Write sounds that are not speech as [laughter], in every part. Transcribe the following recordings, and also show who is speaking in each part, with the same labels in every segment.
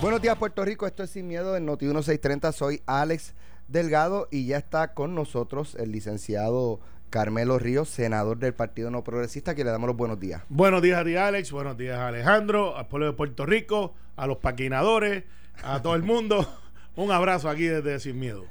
Speaker 1: Buenos días, Puerto Rico. Esto es Sin Miedo en Noti 1630. Soy Alex Delgado y ya está con nosotros el licenciado Carmelo Ríos, senador del Partido No Progresista, que le damos los buenos días.
Speaker 2: Buenos días a ti, Alex. Buenos días, a Alejandro, al pueblo de Puerto Rico, a los paquinadores, a todo el mundo. [laughs] Un abrazo aquí desde Sin Miedo.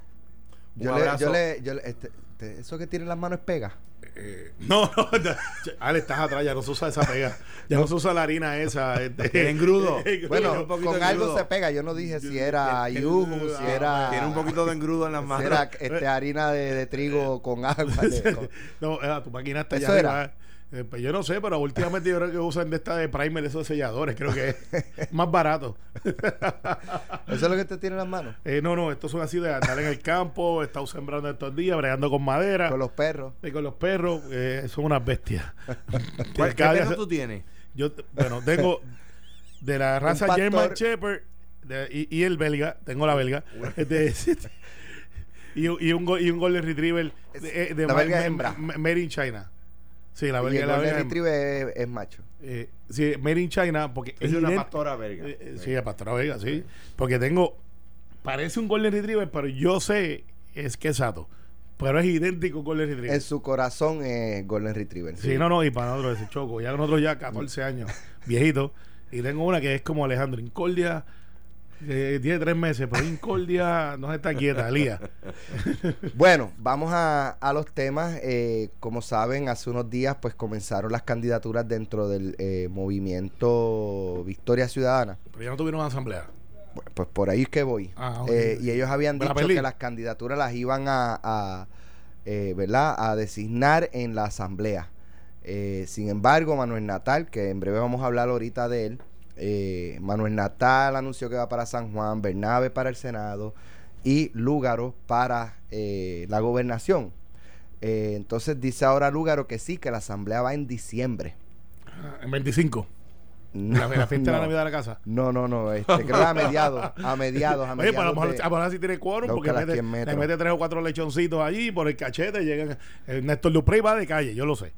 Speaker 1: Yo
Speaker 2: Un
Speaker 1: le,
Speaker 2: abrazo.
Speaker 1: yo le, yo le- este- este- eso que tiene en las manos es
Speaker 3: [laughs]
Speaker 1: pega.
Speaker 2: Eh, no, no, [laughs] ya- ya- Alex, estás atrás, ya no se usa esa pega. Ya no se usa la
Speaker 1: [laughs]
Speaker 2: harina esa.
Speaker 3: Tiene
Speaker 2: Este, [laughs]
Speaker 3: engrudo.
Speaker 1: Bueno,
Speaker 3: un poquito
Speaker 1: con
Speaker 3: de
Speaker 1: algo
Speaker 3: crudo.
Speaker 1: se pega. Yo no dije si era
Speaker 2: tiene-
Speaker 1: yuju, si
Speaker 2: ah,
Speaker 1: era,
Speaker 3: Tiene un poquito de engrudo en las
Speaker 1: si
Speaker 3: manos.
Speaker 1: era este, harina de, de
Speaker 3: [laughs]
Speaker 1: trigo con agua. de- con-
Speaker 2: [laughs] No, era, tu máquina está allá
Speaker 1: Eso era.
Speaker 2: arriba. Eh, pues yo no sé, pero últimamente yo creo que usan de esta de primer de esos selladores, creo que es más barato.
Speaker 1: Eso es lo que te tiene en las manos.
Speaker 2: Eh, no, no, estos son así de andar en el campo, he estado sembrando estos días, bregando con madera,
Speaker 1: Con los perros.
Speaker 2: y con los perros, eh, son
Speaker 1: [laughs]
Speaker 2: unas bestias.
Speaker 3: ¿Cuál- ¿Qué
Speaker 2: Cada día
Speaker 3: pelo
Speaker 2: se-
Speaker 3: tú tienes?
Speaker 2: Yo, bueno, tengo de la raza
Speaker 1: pastor.
Speaker 2: German Shepherd de- y, y el belga, tengo la belga. [laughs] Este, este, y, y un, go- y un Golden Retriever de, eh, de
Speaker 1: La
Speaker 2: ma-
Speaker 1: belga
Speaker 2: ma-
Speaker 1: hembra.
Speaker 2: ma- Made in China. Sí, la
Speaker 1: Y
Speaker 2: belga
Speaker 1: el
Speaker 2: la
Speaker 1: Golden
Speaker 2: belga. hembra.
Speaker 1: Retriever es, es macho.
Speaker 2: Eh, sí, Made in China, porque
Speaker 3: Es una
Speaker 2: idéntico.
Speaker 3: pastora verga.
Speaker 2: Eh, eh, sí, la pastora belga, sí. Porque tengo. Parece un Golden Retriever, pero yo sé es que es sato. Pero es idéntico a un Golden Retriever.
Speaker 1: En su corazón es Golden Retriever.
Speaker 2: Sí, no, no, y para nosotros ese choco. Ya nosotros ya 14 años, viejito. Y tengo una que es como Alejandro, Incordia, eh, tiene tres meses, pero Incordia no se está quieta, Lía.
Speaker 1: Bueno, vamos a, a los temas. Eh, como saben, hace unos días pues comenzaron las candidaturas dentro del eh, movimiento Victoria Ciudadana.
Speaker 2: Pero ya no tuvieron asamblea.
Speaker 1: Pues, pues por ahí es que voy.
Speaker 2: Ah, ok.
Speaker 1: Eh, y ellos habían
Speaker 2: Buena
Speaker 1: dicho
Speaker 2: peli.
Speaker 1: que las candidaturas las iban a, a, eh, ¿verdad? a designar en la asamblea. Eh, sin embargo, Manuel Natal, que en breve vamos a hablar ahorita de él, eh, Manuel Natal anunció que va para San Juan, Bernabe para el Senado y Lúgaro para eh, la gobernación. Eh, entonces dice ahora Lúgaro que sí, que la asamblea va en diciembre.
Speaker 2: Ah, En 25.
Speaker 1: No,
Speaker 2: La, la fiesta
Speaker 1: [laughs]
Speaker 2: de
Speaker 1: no.
Speaker 2: la Navidad de la casa.
Speaker 1: No, no, no, este, creo que a mediados, a mediados, a mediados.
Speaker 2: [laughs] Oye, para lo mejor,
Speaker 1: de-
Speaker 2: a lo mejor sí tiene quórum,
Speaker 1: de
Speaker 2: porque
Speaker 1: Ocala,
Speaker 2: mete,
Speaker 1: 100 metros.
Speaker 2: le mete tres o cuatro lechoncitos allí por el cachete. Llegan. eh, Néstor Duprey va de calle, yo lo sé.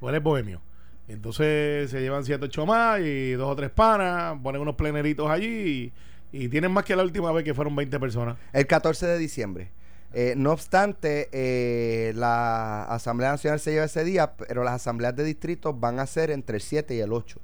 Speaker 2: Pues él es bohemio. Entonces se llevan siete ocho más y dos o tres panas, ponen unos pleneritos allí y, y tienen más que la última vez que fueron 20 personas.
Speaker 1: El 14 de diciembre. Eh, no obstante, eh, la Asamblea Nacional se lleva ese día, pero las asambleas de distritos van a ser entre el 7 y el 8.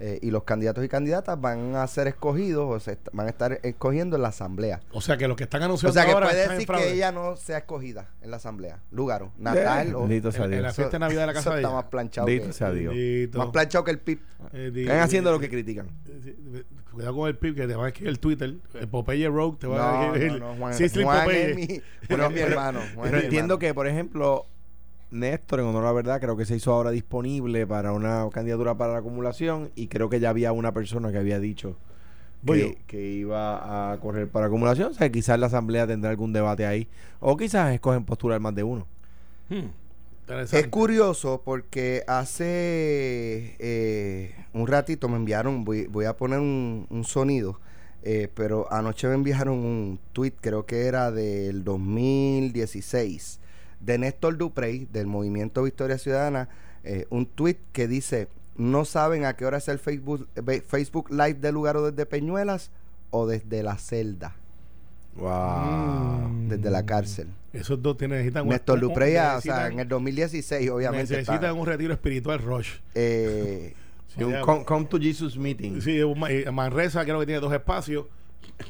Speaker 1: Eh, y los candidatos y candidatas van a ser escogidos, o se est- van a estar escogiendo en la asamblea.
Speaker 2: O sea que los que están
Speaker 1: O
Speaker 2: anunciando
Speaker 1: sea que
Speaker 2: ahora
Speaker 1: puede
Speaker 2: están en
Speaker 1: decir
Speaker 2: fraude.
Speaker 1: que ella no sea escogida en la asamblea. Lugaro, Natal oh. o
Speaker 3: Eh, Bendito
Speaker 2: en, en la
Speaker 1: eso-
Speaker 2: fiesta de Navidad de la
Speaker 1: eso
Speaker 2: casa de
Speaker 1: está
Speaker 2: ella.
Speaker 1: más planchado.
Speaker 3: Bendito
Speaker 1: que-
Speaker 3: sea Dios.
Speaker 2: Bendito.
Speaker 1: más planchado que el PIB.
Speaker 2: Eh, di-
Speaker 3: Están haciendo lo que critican.
Speaker 2: eh, Cuidado con el pip que te va a escribir el Twitter. El Popeye Rogue te va a
Speaker 1: No,
Speaker 2: escribir.
Speaker 1: no, no, Juan,
Speaker 2: Sizzling
Speaker 1: Juan
Speaker 2: Popeye.
Speaker 1: es mi, Juan es mi hermano. Juan es mi
Speaker 3: Pero entiendo
Speaker 1: hermano.
Speaker 3: que, por ejemplo, Néstor, en honor a la verdad, creo que se hizo ahora disponible para una candidatura para la acumulación y creo que ya había una persona que había dicho
Speaker 2: Voy
Speaker 3: que, que iba a correr para acumulación. O sea, quizás la asamblea tendrá algún debate ahí. O quizás escogen postular más de uno.
Speaker 2: Hmm. Interesante.
Speaker 1: Es curioso porque hace eh, un ratito me enviaron, voy, voy a poner un, un sonido, eh, pero anoche me enviaron un tweet, creo que era del 2016, de Néstor Duprey, del Movimiento Victoria Ciudadana, eh, un tweet que dice, no saben a qué hora es el Facebook, ve- Facebook Live de Lugaro desde Peñuelas o desde la celda,
Speaker 3: Wow.
Speaker 2: Mm.
Speaker 1: desde la cárcel.
Speaker 2: Esos dos tienen, necesitan
Speaker 1: Néstor
Speaker 2: un- un-
Speaker 1: Duprey, ah, o sea,
Speaker 2: necesitan-
Speaker 1: en el 2016 obviamente.
Speaker 2: necesitan
Speaker 1: está-
Speaker 2: un retiro espiritual rush.
Speaker 1: eh,
Speaker 3: Sí, un
Speaker 2: Oye,
Speaker 3: come, Come to Jesus meeting.
Speaker 2: sí, un ma- eh, Manresa creo que tiene dos espacios.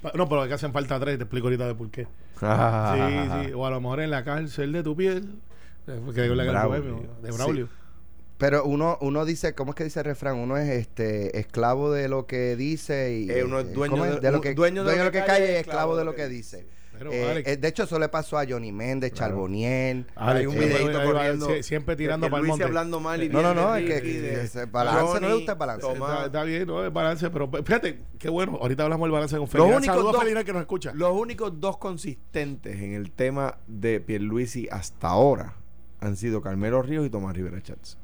Speaker 2: Pa- No, pero acá hacen falta tres, te explico ahorita de por qué.
Speaker 3: Ah,
Speaker 2: Sí, sí, o a lo mejor en la cárcel de tu piel. eh, porque la cárcel
Speaker 3: Braulio.
Speaker 2: bohemio, de Braulio.
Speaker 1: Pero uno, uno dice, ¿cómo es que dice el refrán? Uno es este esclavo de lo que dice y
Speaker 3: Eh, uno es
Speaker 1: eh,
Speaker 3: dueño
Speaker 1: ¿cómo
Speaker 3: de-
Speaker 1: es?
Speaker 3: un-
Speaker 1: dueño de lo que calla y esclavo de lo que dice.
Speaker 2: Pero,
Speaker 1: Eh,
Speaker 2: Alex,
Speaker 1: eh, de hecho, eso le pasó a Johnny Méndez, Charboniel.
Speaker 2: [laughs] Alex,
Speaker 3: Hay un
Speaker 2: eh,
Speaker 3: videito
Speaker 2: ahí va,
Speaker 3: corriendo.
Speaker 2: sie- siempre tirando
Speaker 3: de- de
Speaker 2: para el
Speaker 3: Luis
Speaker 2: monte.
Speaker 3: hablando mal y
Speaker 1: No, no,
Speaker 3: bien
Speaker 1: no,
Speaker 3: de
Speaker 1: es que-
Speaker 3: Ricky, de-
Speaker 1: ese balance, ¿no le
Speaker 3: Johnny,
Speaker 1: gusta el balance?
Speaker 2: Está,
Speaker 3: Tomás.
Speaker 2: está bien, ¿no? El balance, pero fíjate, qué bueno. Ahorita hablamos del balance con
Speaker 3: Los
Speaker 2: Felina.
Speaker 3: únicos
Speaker 2: Saludos
Speaker 3: dos-
Speaker 2: a Felina que nos escucha.
Speaker 3: Los únicos dos consistentes en el tema de Pierluisi hasta ahora han sido Carmelo Ríos y Tomás Rivera Chats.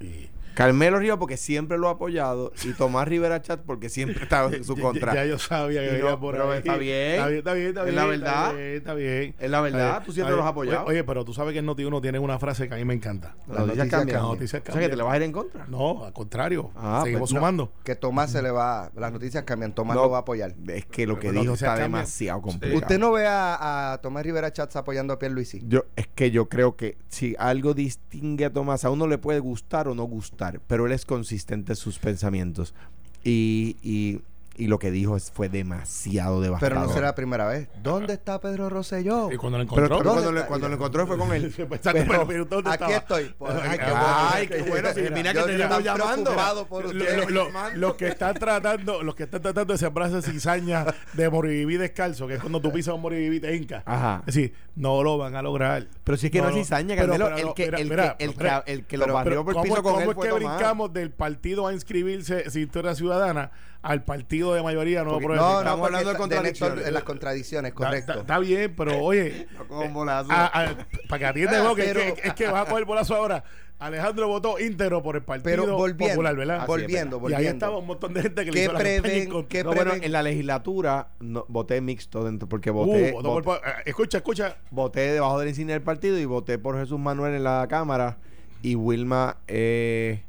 Speaker 2: Y-
Speaker 3: Carmelo Río porque siempre lo ha apoyado y Tomás Rivera Chat porque siempre está en
Speaker 2: [laughs]
Speaker 3: su
Speaker 2: Ya-
Speaker 3: contra.
Speaker 2: Ya, ya yo sabía que
Speaker 3: Y
Speaker 2: venía
Speaker 3: no,
Speaker 2: por
Speaker 3: pero
Speaker 2: ahí.
Speaker 3: está bien.
Speaker 2: Está bien, está bien, está
Speaker 3: Es
Speaker 2: bien.
Speaker 3: la
Speaker 2: Está
Speaker 3: verdad.
Speaker 2: bien, está bien.
Speaker 3: Es la verdad,
Speaker 2: Está bien,
Speaker 3: tú siempre
Speaker 2: está
Speaker 3: los has
Speaker 2: bien.
Speaker 3: apoyado.
Speaker 2: Oye, pero tú sabes que en Noti1 tiene una frase que a mí me encanta.
Speaker 3: Las noticias cambian.
Speaker 2: Las noticias
Speaker 3: O sea que te
Speaker 2: cambian.
Speaker 3: le vas a ir en contra.
Speaker 2: No, al contrario.
Speaker 3: Ah,
Speaker 2: Seguimos
Speaker 3: pues no.
Speaker 2: sumando.
Speaker 1: Que Tomás se le va. Las noticias cambian. Tomás
Speaker 3: No.
Speaker 1: lo va a apoyar.
Speaker 3: Es que lo
Speaker 2: Las
Speaker 3: que dijo
Speaker 2: noticias
Speaker 3: está
Speaker 2: cambian.
Speaker 3: demasiado complicado.
Speaker 1: Usted no ve a, a Tomás Rivera Chats apoyando a Pierluisi.
Speaker 3: Yo, es que yo creo que si algo distingue a Tomás, a uno le puede gustar o no gustar, pero él es consistente en sus pensamientos. Y, y- y lo que dijo es- fue demasiado devastador.
Speaker 1: Pero no será la primera vez. ¿Dónde está Pedro Rosselló?
Speaker 2: Y cuando lo
Speaker 3: Pero-
Speaker 2: encontró.
Speaker 3: pero
Speaker 1: ¿Dónde
Speaker 3: cuando, [laughs] le-
Speaker 1: está?
Speaker 3: cuando lo encontró fue con
Speaker 2: [laughs]
Speaker 3: él.
Speaker 2: Exacto, pero, pero ¿dónde
Speaker 1: aquí
Speaker 2: estaba? [laughs]
Speaker 1: estoy. Pues, ay, qué bueno.
Speaker 3: Ay, qué bueno.
Speaker 1: Mira,
Speaker 3: Mira que
Speaker 1: yo
Speaker 3: te estamos
Speaker 1: estoy tan
Speaker 3: llamando.
Speaker 1: preocupado por
Speaker 2: Lo-
Speaker 1: ustedes.
Speaker 2: lo- lo- los que están tratando, los que están tratando de sembrarse cizaña de moriviví descalzo, que es cuando tú pisas un moriviví te hinca.
Speaker 3: Ajá.
Speaker 2: Es decir, no lo van a lograr.
Speaker 3: Pero si es que no,
Speaker 2: lo-
Speaker 3: es cizaña,
Speaker 2: pero-
Speaker 3: Carmelo.
Speaker 2: pero
Speaker 3: el
Speaker 2: no,
Speaker 3: que,
Speaker 2: mira,
Speaker 3: el
Speaker 2: mira,
Speaker 3: que, el
Speaker 2: mira,
Speaker 3: que, el que
Speaker 2: pero-
Speaker 3: lo barrió
Speaker 2: pero
Speaker 3: por el
Speaker 2: ¿cómo-
Speaker 3: piso con
Speaker 2: cómo
Speaker 3: él
Speaker 2: es
Speaker 3: fue
Speaker 2: que
Speaker 3: Tomás.
Speaker 2: brincamos del partido a inscribirse Cintura Ciudadana al partido de mayoría no
Speaker 3: Porque-
Speaker 2: por
Speaker 1: No, no,
Speaker 3: Estamos
Speaker 1: porque
Speaker 3: hablando de
Speaker 1: está-
Speaker 3: contradicciones.
Speaker 1: Néstor- de las contradicciones,
Speaker 2: Está,
Speaker 1: correcto.
Speaker 2: está bien,
Speaker 3: Eh,
Speaker 2: pero oye,
Speaker 3: Con bolazo.
Speaker 2: para que
Speaker 3: [laughs]
Speaker 2: atienda el juego, que, es
Speaker 1: Pero-
Speaker 2: que- es que vas a coger bolazo ahora. Alejandro votó íntegro por el Partido
Speaker 1: Pero volviendo,
Speaker 2: Popular, ¿verdad?
Speaker 1: volviendo,
Speaker 2: Y ahí
Speaker 1: volviendo.
Speaker 2: estaba un montón de gente que le
Speaker 1: ¿Qué
Speaker 2: hizo la campaña
Speaker 1: prevén-
Speaker 2: en contra.
Speaker 1: qué
Speaker 3: No, bueno,
Speaker 1: prevén-
Speaker 3: en la legislatura no, voté mixto dentro porque
Speaker 2: Uh,
Speaker 3: voté,
Speaker 2: votó por-
Speaker 3: voté,
Speaker 2: eh, escucha, escucha.
Speaker 3: voté debajo del insignia del partido y voté por Jesús Manuel en la Cámara y Wilma eh,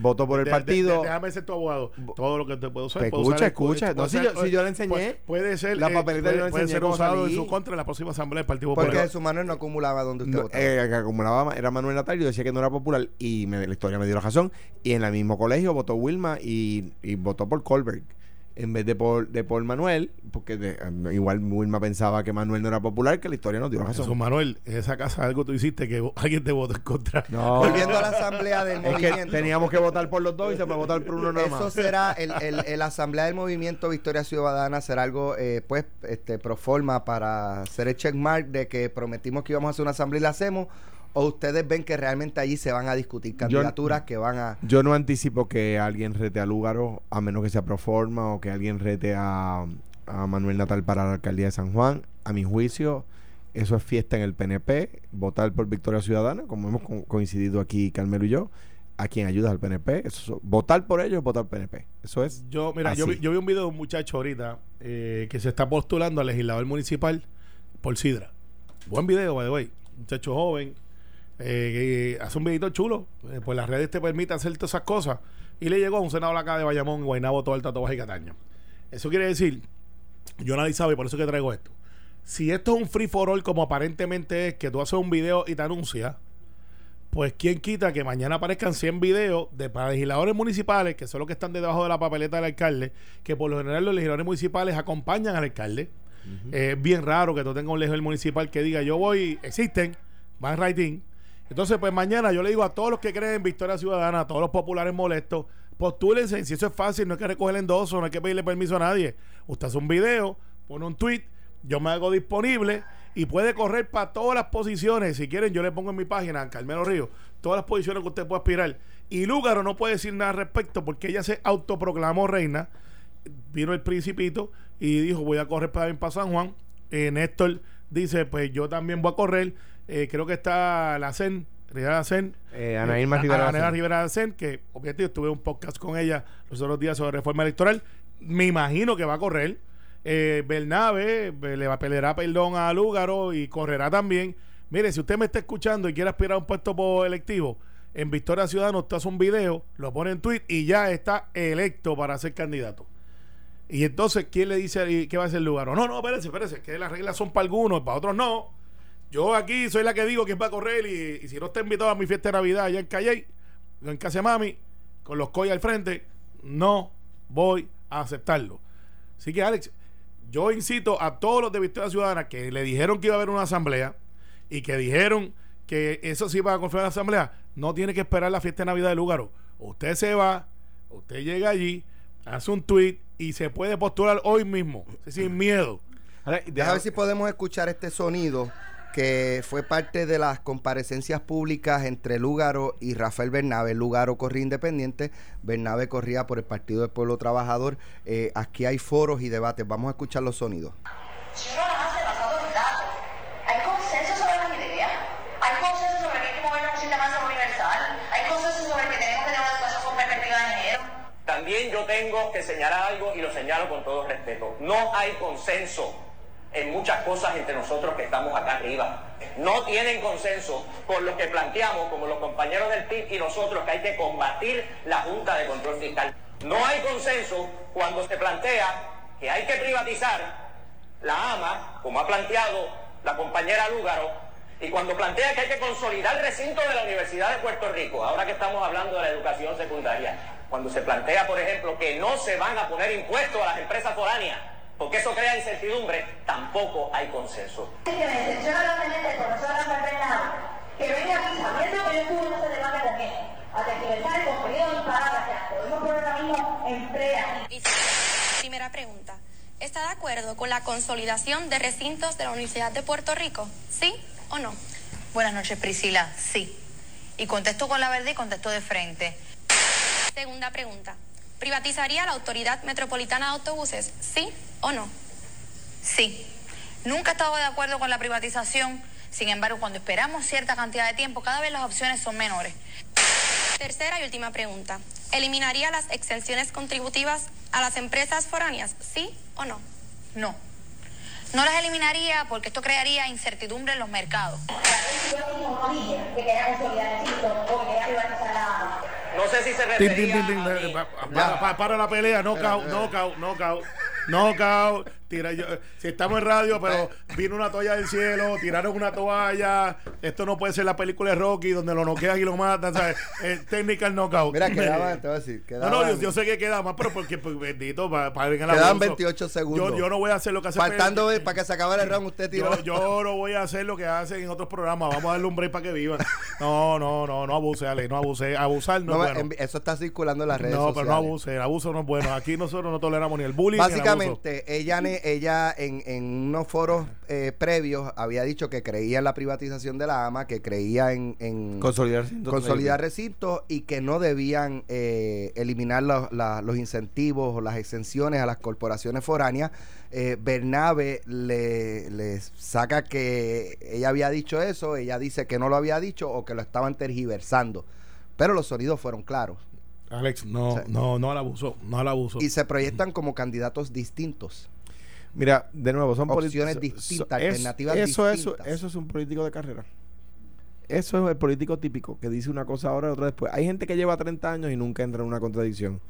Speaker 3: votó por el
Speaker 2: de- de-
Speaker 3: partido.
Speaker 2: de- déjame ser tu abogado. Todo lo que te puedo usar.
Speaker 3: Te
Speaker 2: puedo usar-
Speaker 3: escucha, escucha.
Speaker 2: puede-
Speaker 3: No,
Speaker 2: puede
Speaker 3: si
Speaker 2: ser-
Speaker 3: yo- si yo le enseñé,
Speaker 2: Puede, puede ser.
Speaker 3: la
Speaker 2: eh,
Speaker 3: papeleta yo
Speaker 2: puede,
Speaker 3: la
Speaker 2: puede
Speaker 3: enseñé
Speaker 2: ser
Speaker 3: cómo
Speaker 2: usado en
Speaker 3: salí.
Speaker 2: su contra en la próxima asamblea del Partido
Speaker 1: Porque
Speaker 2: Popular.
Speaker 1: su mano no acumulaba donde usted
Speaker 3: No,
Speaker 1: votaba.
Speaker 3: eh, que acumulaba ma- era Manuel Natal y yo decía que no era popular y me- la historia me dio la razón y en el mismo colegio votó Wilma y, y votó por Colbert en vez de por, de por Manuel porque de- eh, igual Wilma pensaba que Manuel no era popular que la historia nos dio la
Speaker 2: Jesús
Speaker 3: razón
Speaker 2: Manuel, en esa casa algo tú hiciste que [laughs] vo- alguien te votó en contra.
Speaker 3: no
Speaker 1: Volviendo a la asamblea del
Speaker 3: es que
Speaker 1: movimiento.
Speaker 3: teníamos que votar por los dos y se puede votar por uno nada
Speaker 1: Eso
Speaker 3: más
Speaker 1: será, el, el- el asamblea del movimiento Victoria Ciudadana será algo, eh, pues, este, pro forma para hacer el checkmark de que prometimos que íbamos a hacer una asamblea y la hacemos, o ustedes ven que realmente allí se van a discutir candidaturas que van a...
Speaker 3: yo no anticipo que alguien rete a Lúgaro a menos que sea proforma o que alguien rete a, a Manuel Natal para la alcaldía de San Juan a mi juicio Eso es fiesta en el PNP, votar por Victoria Ciudadana, como hemos co- coincidido aquí Carmelo y yo, a quien ayudas al PNP. Eso, es- votar por ellos es votar PNP. Eso es.
Speaker 2: Yo, mira, yo
Speaker 3: Así.
Speaker 2: vi, yo vi un video de un muchacho ahorita eh, que se está postulando al legislador municipal por Sidra. Buen video, by the way. Muchacho joven, eh, que hace un videito chulo. eh, pues las redes te permiten hacer todas esas cosas. Y le llegó a un senador acá de Bayamón, Guaynabo, todo el Baja y Cataño. Eso quiere decir, yo analizaba y por eso que traigo esto. Si esto es un free for all, como aparentemente es que tú haces un video y te anuncias, pues quién quita que mañana aparezcan 100 videos de para legisladores municipales, que son los que están debajo de la papeleta del alcalde, que por lo general los legisladores municipales acompañan al alcalde. Eh, es bien raro que tú tengas un legislador municipal que diga, yo voy, existen, van writing. Entonces, pues mañana yo le digo a todos los que creen en Victoria Ciudadana, a todos los populares molestos, postúlense, si eso es fácil, no hay que recoger endoso, no hay que pedirle permiso a nadie. Usted hace un video, pone un tweet, yo me hago disponible y puede correr para todas las posiciones. Si quieren, yo le pongo en mi página, Carmelo Río, todas las posiciones que usted pueda aspirar. Y Lúgaro no puede decir nada al respecto porque ella se autoproclamó reina. Vino el principito y dijo, voy a correr para, para San Juan. Eh, Néstor dice, pues yo también voy a correr. Eh, creo que está la E CEN, Rivera Sen.
Speaker 3: Eh, Ana Irma Rivera
Speaker 2: Ana Irma
Speaker 3: Sen.
Speaker 2: Rivera Sen, que obviamente yo tuve un podcast con ella los otros días sobre reforma electoral. Me imagino que va a correr. Eh, Bernabe eh, le va, peleará perdón a Lúgaro y correrá también. Mire, si usted me está escuchando y quiere aspirar a un puesto po- electivo, en Victoria Ciudadano usted hace un video, lo pone en tweet y ya está electo para ser candidato. Y entonces, ¿quién le dice ahí qué va a hacer Lugaro? No, no, espérense, espérense, que las reglas son para algunos, para otros no. Yo aquí soy la que digo que va a correr y, y si no está invitado a mi fiesta de Navidad allá en Calle, en Casa de Mami, con los coy al frente, no voy a aceptarlo. Así que, Alex, yo incito a todos los de Victoria Ciudadana que le dijeron que iba a haber una asamblea y que dijeron que eso sí iba a confiar en la asamblea, no tiene que esperar la fiesta de Navidad de Lugaro. Usted se va, usted llega allí, hace un tweet y se puede postular hoy mismo, sin miedo.
Speaker 3: Ahora,
Speaker 1: Deja
Speaker 3: deja-
Speaker 1: ver si podemos escuchar este sonido que fue parte de las comparecencias públicas entre Lúgaro y Rafael Bernabe. Lúgaro corría independiente, Bernabe corría por el Partido del Pueblo Trabajador. Eh, aquí hay foros y debates. Vamos a escuchar los sonidos.
Speaker 4: Si uno baja se pasa los datos, hay consenso sobre las ideas, hay consenso sobre que hay que mover la música más universal, hay consenso sobre que tenemos que tener una educación
Speaker 5: tengo que señalar algo y lo señalo con todo respeto. No hay consenso en muchas cosas entre nosotros que estamos acá arriba. No tienen consenso con los que planteamos, como los compañeros del PIB y nosotros, que hay que combatir la Junta de Control Fiscal. No hay consenso cuando se plantea que hay que privatizar la AMA, como ha planteado la compañera Lúgaro, y cuando plantea que hay que consolidar el recinto de la Universidad de Puerto Rico, ahora que estamos hablando de la educación secundaria, cuando se plantea, por ejemplo, que no se van a poner impuestos a las empresas foráneas, porque eso crea incertidumbre, tampoco hay consenso.
Speaker 4: Simplemente, yo no lo tenía el profesor Rafael Bernardo, que venía aquí sabiendo que yo estuve en ese debate con él, a tergiversar el contenido de mis palabras, que podemos poner ahora mismo en plena.
Speaker 6: Primera pregunta. ¿Está de acuerdo con la consolidación de recintos de la Universidad de Puerto Rico? ¿Sí o no?
Speaker 7: Buenas noches, Priscila. Sí. Y contesto con la verdad y contesto de frente.
Speaker 6: Segunda pregunta. ¿Privatizaría la Autoridad Metropolitana de Autobuses? ¿Sí o no?
Speaker 7: Sí. Nunca he estado de acuerdo con la privatización. Sin embargo, cuando esperamos cierta cantidad de tiempo, cada vez las opciones son menores.
Speaker 6: Tercera y última pregunta. ¿Eliminaría las exenciones contributivas a las empresas foráneas? ¿Sí o no?
Speaker 7: No. No las eliminaría porque esto crearía incertidumbre en los mercados.
Speaker 4: Yo mismo no dije que quería consolidar el recinto o que quería privatizar la AMA.
Speaker 5: No sé si se
Speaker 2: Tin, tin,
Speaker 5: refería
Speaker 2: tin, tin,
Speaker 5: a
Speaker 2: eh,
Speaker 5: mí.
Speaker 2: pa- pa- para, pa- para la pelea, knockout, knockout, knockout, knockout. Tira, yo, si estamos en radio, pero vino una toalla del cielo, tiraron una toalla. Esto no puede ser la película de Rocky donde lo noquean y lo matan, ¿sabes? Eh, técnica el knockout. [laughs]
Speaker 1: Mira, quedaban,
Speaker 2: Eh,
Speaker 1: te voy a decir,
Speaker 2: No,
Speaker 1: quedaban,
Speaker 2: no, yo, yo sé que queda más, pero porque pues, bendito para, para en el
Speaker 1: quedaban
Speaker 2: abuso.
Speaker 1: 28 segundos.
Speaker 2: Yo, yo no voy a hacer lo que hace
Speaker 1: Faltando
Speaker 2: Pedro.
Speaker 1: de- para que se acabara el round, usted tiró.
Speaker 2: Yo, yo no voy a hacer lo que hacen en otros programas. Vamos a darle un break para que vivan. No, no, no, no abuse, Ale. No abuse. Abusar no,
Speaker 1: No,
Speaker 2: es bueno.
Speaker 1: envi- eso está circulando en las redes
Speaker 2: No,
Speaker 1: sociales.
Speaker 2: pero no abuse. El abuso no es bueno. Aquí nosotros no toleramos ni el bullying ni
Speaker 1: Básicamente, ella, ne- ella en, en unos foros eh, previos había dicho que creía en la privatización de la AMA, que creía en, en
Speaker 3: Consolidar recintos.
Speaker 1: consolidar recintos y que no debían eh, eliminar los, la- los incentivos o las exenciones a las corporaciones foráneas. Eh, Bernabe le, le saca que ella había dicho eso, ella dice que no lo había dicho o que lo estaban tergiversando. Pero los sonidos fueron claros
Speaker 2: el abuso. Alex, no,
Speaker 1: Sí.
Speaker 2: no, no al abuso. No al abuso.
Speaker 1: y se proyectan como candidatos distintos.
Speaker 3: Mira, de nuevo, son politi-
Speaker 1: Opciones
Speaker 3: so-
Speaker 1: distintas,
Speaker 3: so- es-
Speaker 1: alternativas
Speaker 3: eso,
Speaker 1: distintas.
Speaker 3: Eso, eso es un político de carrera. Eso es el político típico, que dice una cosa ahora y otra después. Hay gente que lleva 30 años y nunca entra en una contradicción.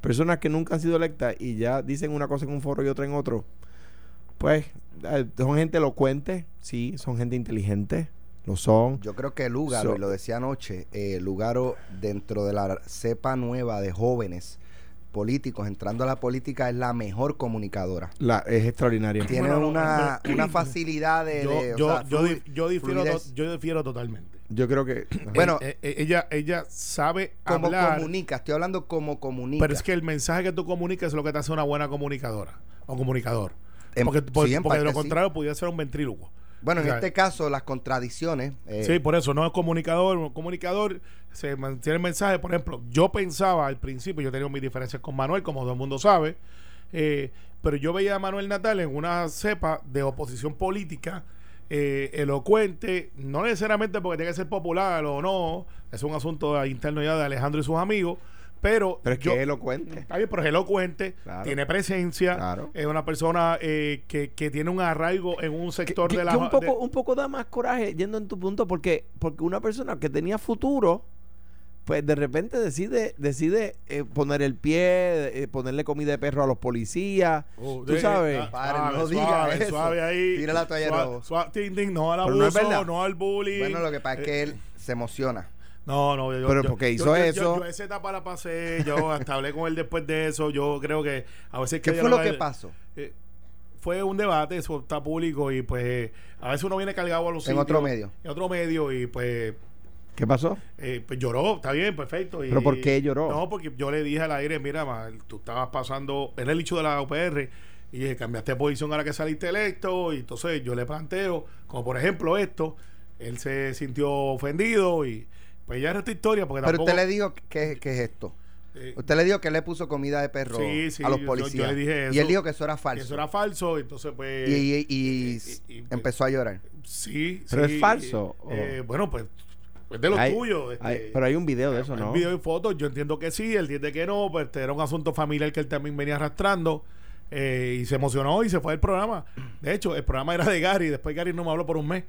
Speaker 3: Personas que nunca han sido electas y ya dicen una cosa en un foro y otra en otro. Pues, eh, son gente elocuente, sí, son gente inteligente, lo son.
Speaker 1: Yo creo que Lugaro,
Speaker 3: So-
Speaker 1: y lo decía anoche, eh, Lugaro dentro de la cepa nueva de jóvenes políticos entrando a la política es la mejor comunicadora.
Speaker 3: La, es extraordinaria.
Speaker 1: Tiene
Speaker 2: Bueno, no,
Speaker 1: una,
Speaker 2: pero-
Speaker 1: una facilidad de...
Speaker 2: yo,
Speaker 1: de, o
Speaker 2: yo,
Speaker 1: sea,
Speaker 2: yo
Speaker 1: fluid-
Speaker 2: di- yo difiero
Speaker 1: fluidez.
Speaker 2: to- yo difiero totalmente.
Speaker 3: Yo
Speaker 1: [coughs]
Speaker 3: creo que...
Speaker 1: Bueno,
Speaker 2: Eh, eh, ella, ella sabe
Speaker 1: como
Speaker 2: hablar.
Speaker 1: comunica, estoy hablando como comunica.
Speaker 2: Pero es que el mensaje que tú comunicas es lo que te hace una buena comunicadora o comunicador.
Speaker 1: En-
Speaker 2: porque por-
Speaker 1: Em, sí, en
Speaker 2: porque de lo
Speaker 1: parte sí.
Speaker 2: contrario pudiera ser un ventrílocuo.
Speaker 1: bueno, en
Speaker 2: o sea,
Speaker 1: este caso las contradicciones... eh,
Speaker 2: Sí, por eso no es comunicador. Un comunicador se mantiene el mensaje. Por ejemplo, yo pensaba al principio, yo tenía mis diferencias con Manuel, como todo el mundo sabe, eh, pero yo veía a Manuel Natal en una cepa de oposición política, eh, elocuente, no necesariamente porque tiene que ser popular o no, es un asunto interno ya de Alejandro y sus amigos, pero,
Speaker 3: pero es
Speaker 2: yo-
Speaker 3: que es elocuente.
Speaker 2: Está bien, pero es elocuente,
Speaker 3: Claro.
Speaker 2: tiene presencia,
Speaker 3: Claro.
Speaker 2: es una persona eh, que, que tiene un arraigo en un
Speaker 8: Que-
Speaker 2: sector
Speaker 8: que-
Speaker 2: de la...
Speaker 8: que un, poco,
Speaker 2: de-
Speaker 8: un poco da más coraje yendo en tu punto porque, porque una persona que tenía futuro pues de repente decide decide eh, poner el pie eh, ponerle comida de perro a los policías
Speaker 2: Oh,
Speaker 8: tú
Speaker 2: eh,
Speaker 8: sabes
Speaker 2: ah,
Speaker 1: Padre,
Speaker 2: suave,
Speaker 1: no diga
Speaker 2: suave,
Speaker 1: eso.
Speaker 2: suave ahí.
Speaker 1: Tira la toalla de
Speaker 2: Suave-
Speaker 1: nuevo.
Speaker 2: suave, ting, ting, no al
Speaker 3: Pero
Speaker 2: abuso,
Speaker 3: no
Speaker 2: no,
Speaker 3: es verdad.
Speaker 2: al bullying.
Speaker 1: Bueno, lo que pasa es
Speaker 2: eh,
Speaker 1: que él se emociona.
Speaker 2: No, no, yo,
Speaker 3: Pero
Speaker 2: yo-
Speaker 3: porque
Speaker 2: yo-
Speaker 3: hizo
Speaker 2: yo- yo-
Speaker 3: eso.
Speaker 2: Yo, esa etapa la pasé, yo hasta hablé con él después de eso. Yo creo que a veces.
Speaker 1: ¿Qué
Speaker 2: que
Speaker 1: fue lo que
Speaker 2: dialogar-
Speaker 1: pasó?
Speaker 2: eh, fue un debate, eso está público y pues eh, a veces uno viene cargado a los
Speaker 1: En
Speaker 2: sitios,
Speaker 1: otro medio.
Speaker 2: En otro medio y pues
Speaker 3: ¿Qué pasó?
Speaker 2: eh, pues lloró, está bien, perfecto. y-
Speaker 3: ¿Pero por qué lloró?
Speaker 2: No, porque yo le dije al aire, mira, ma, tú estabas pasando, era el hecho de la OPR, y dije, cambiaste de posición ahora que saliste electo, y entonces yo le planteo, como por ejemplo esto, él se sintió ofendido y pues ya era esta historia, porque
Speaker 1: Pero
Speaker 2: tampoco...
Speaker 1: usted le dijo que, que es esto.
Speaker 2: eh,
Speaker 1: Usted le dijo que le puso comida de perro
Speaker 2: Sí, sí,
Speaker 1: a los
Speaker 2: yo- yo-
Speaker 1: policías.
Speaker 2: yo le dije
Speaker 1: Y él
Speaker 2: eso.
Speaker 1: dijo que eso era falso.
Speaker 2: eso era falso, entonces pues...
Speaker 1: y, y- y-
Speaker 2: y- y-
Speaker 1: empezó a llorar.
Speaker 2: Sí,
Speaker 3: ¿Pero
Speaker 2: sí,
Speaker 3: es falso,
Speaker 2: eh, bueno, pues Es de los
Speaker 3: Hay-
Speaker 2: tuyos. este,
Speaker 3: hay- pero hay un video de eso,
Speaker 2: hay
Speaker 3: ¿no?
Speaker 2: video y fotos. Yo entiendo que sí, él entiende que no, pero este era un asunto familiar que él también venía arrastrando. eh, y se emocionó y se fue del programa. De hecho, el programa era de Gary. Después Gary no me habló por un mes.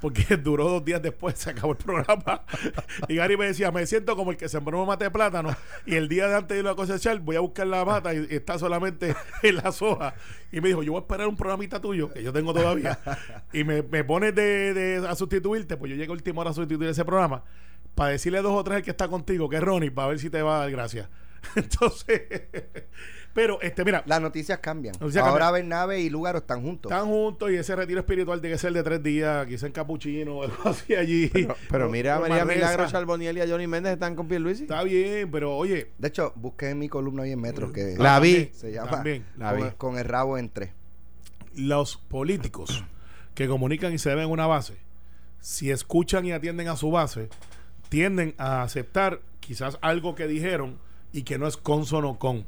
Speaker 2: Porque [laughs] duró dos días después, se acabó el programa. y Gary me decía, me siento como el que sembró un mate de plátano. Y el día de antes de irlo a cosechar, voy a buscar la mata y, y está solamente [laughs] en la soja. Y me dijo, yo voy a esperar un programita tuyo, que yo tengo todavía. y me, me pones de, de- a sustituirte, pues yo llego último hora a sustituir ese programa para decirle dos o tres al que está contigo, que es Ronnie, para ver si te va a dar gracias. [laughs] Entonces, pero este, mira,
Speaker 1: Las noticias cambian.
Speaker 2: Noticias
Speaker 1: Ahora
Speaker 2: cambian.
Speaker 1: Bernabe y Lugaro están juntos.
Speaker 2: están juntos y ese retiro espiritual tiene que ser de tres días, quizá en capuchino o algo [laughs] así allí.
Speaker 3: Pero, pero mira, a
Speaker 2: Con
Speaker 3: María
Speaker 2: Manresa.
Speaker 3: Milagro Charboniel y a Johnny Méndez están con Pierluisi.
Speaker 2: Está bien, pero oye,
Speaker 1: De hecho, busqué en mi columna hoy en Metro que
Speaker 3: La vi.
Speaker 1: se llama
Speaker 2: También,
Speaker 3: la
Speaker 1: con,
Speaker 3: vi.
Speaker 1: con el rabo entre.
Speaker 2: los políticos que comunican y se deben una base, si escuchan y atienden a su base, tienden a aceptar quizás algo que dijeron y que no es consono con.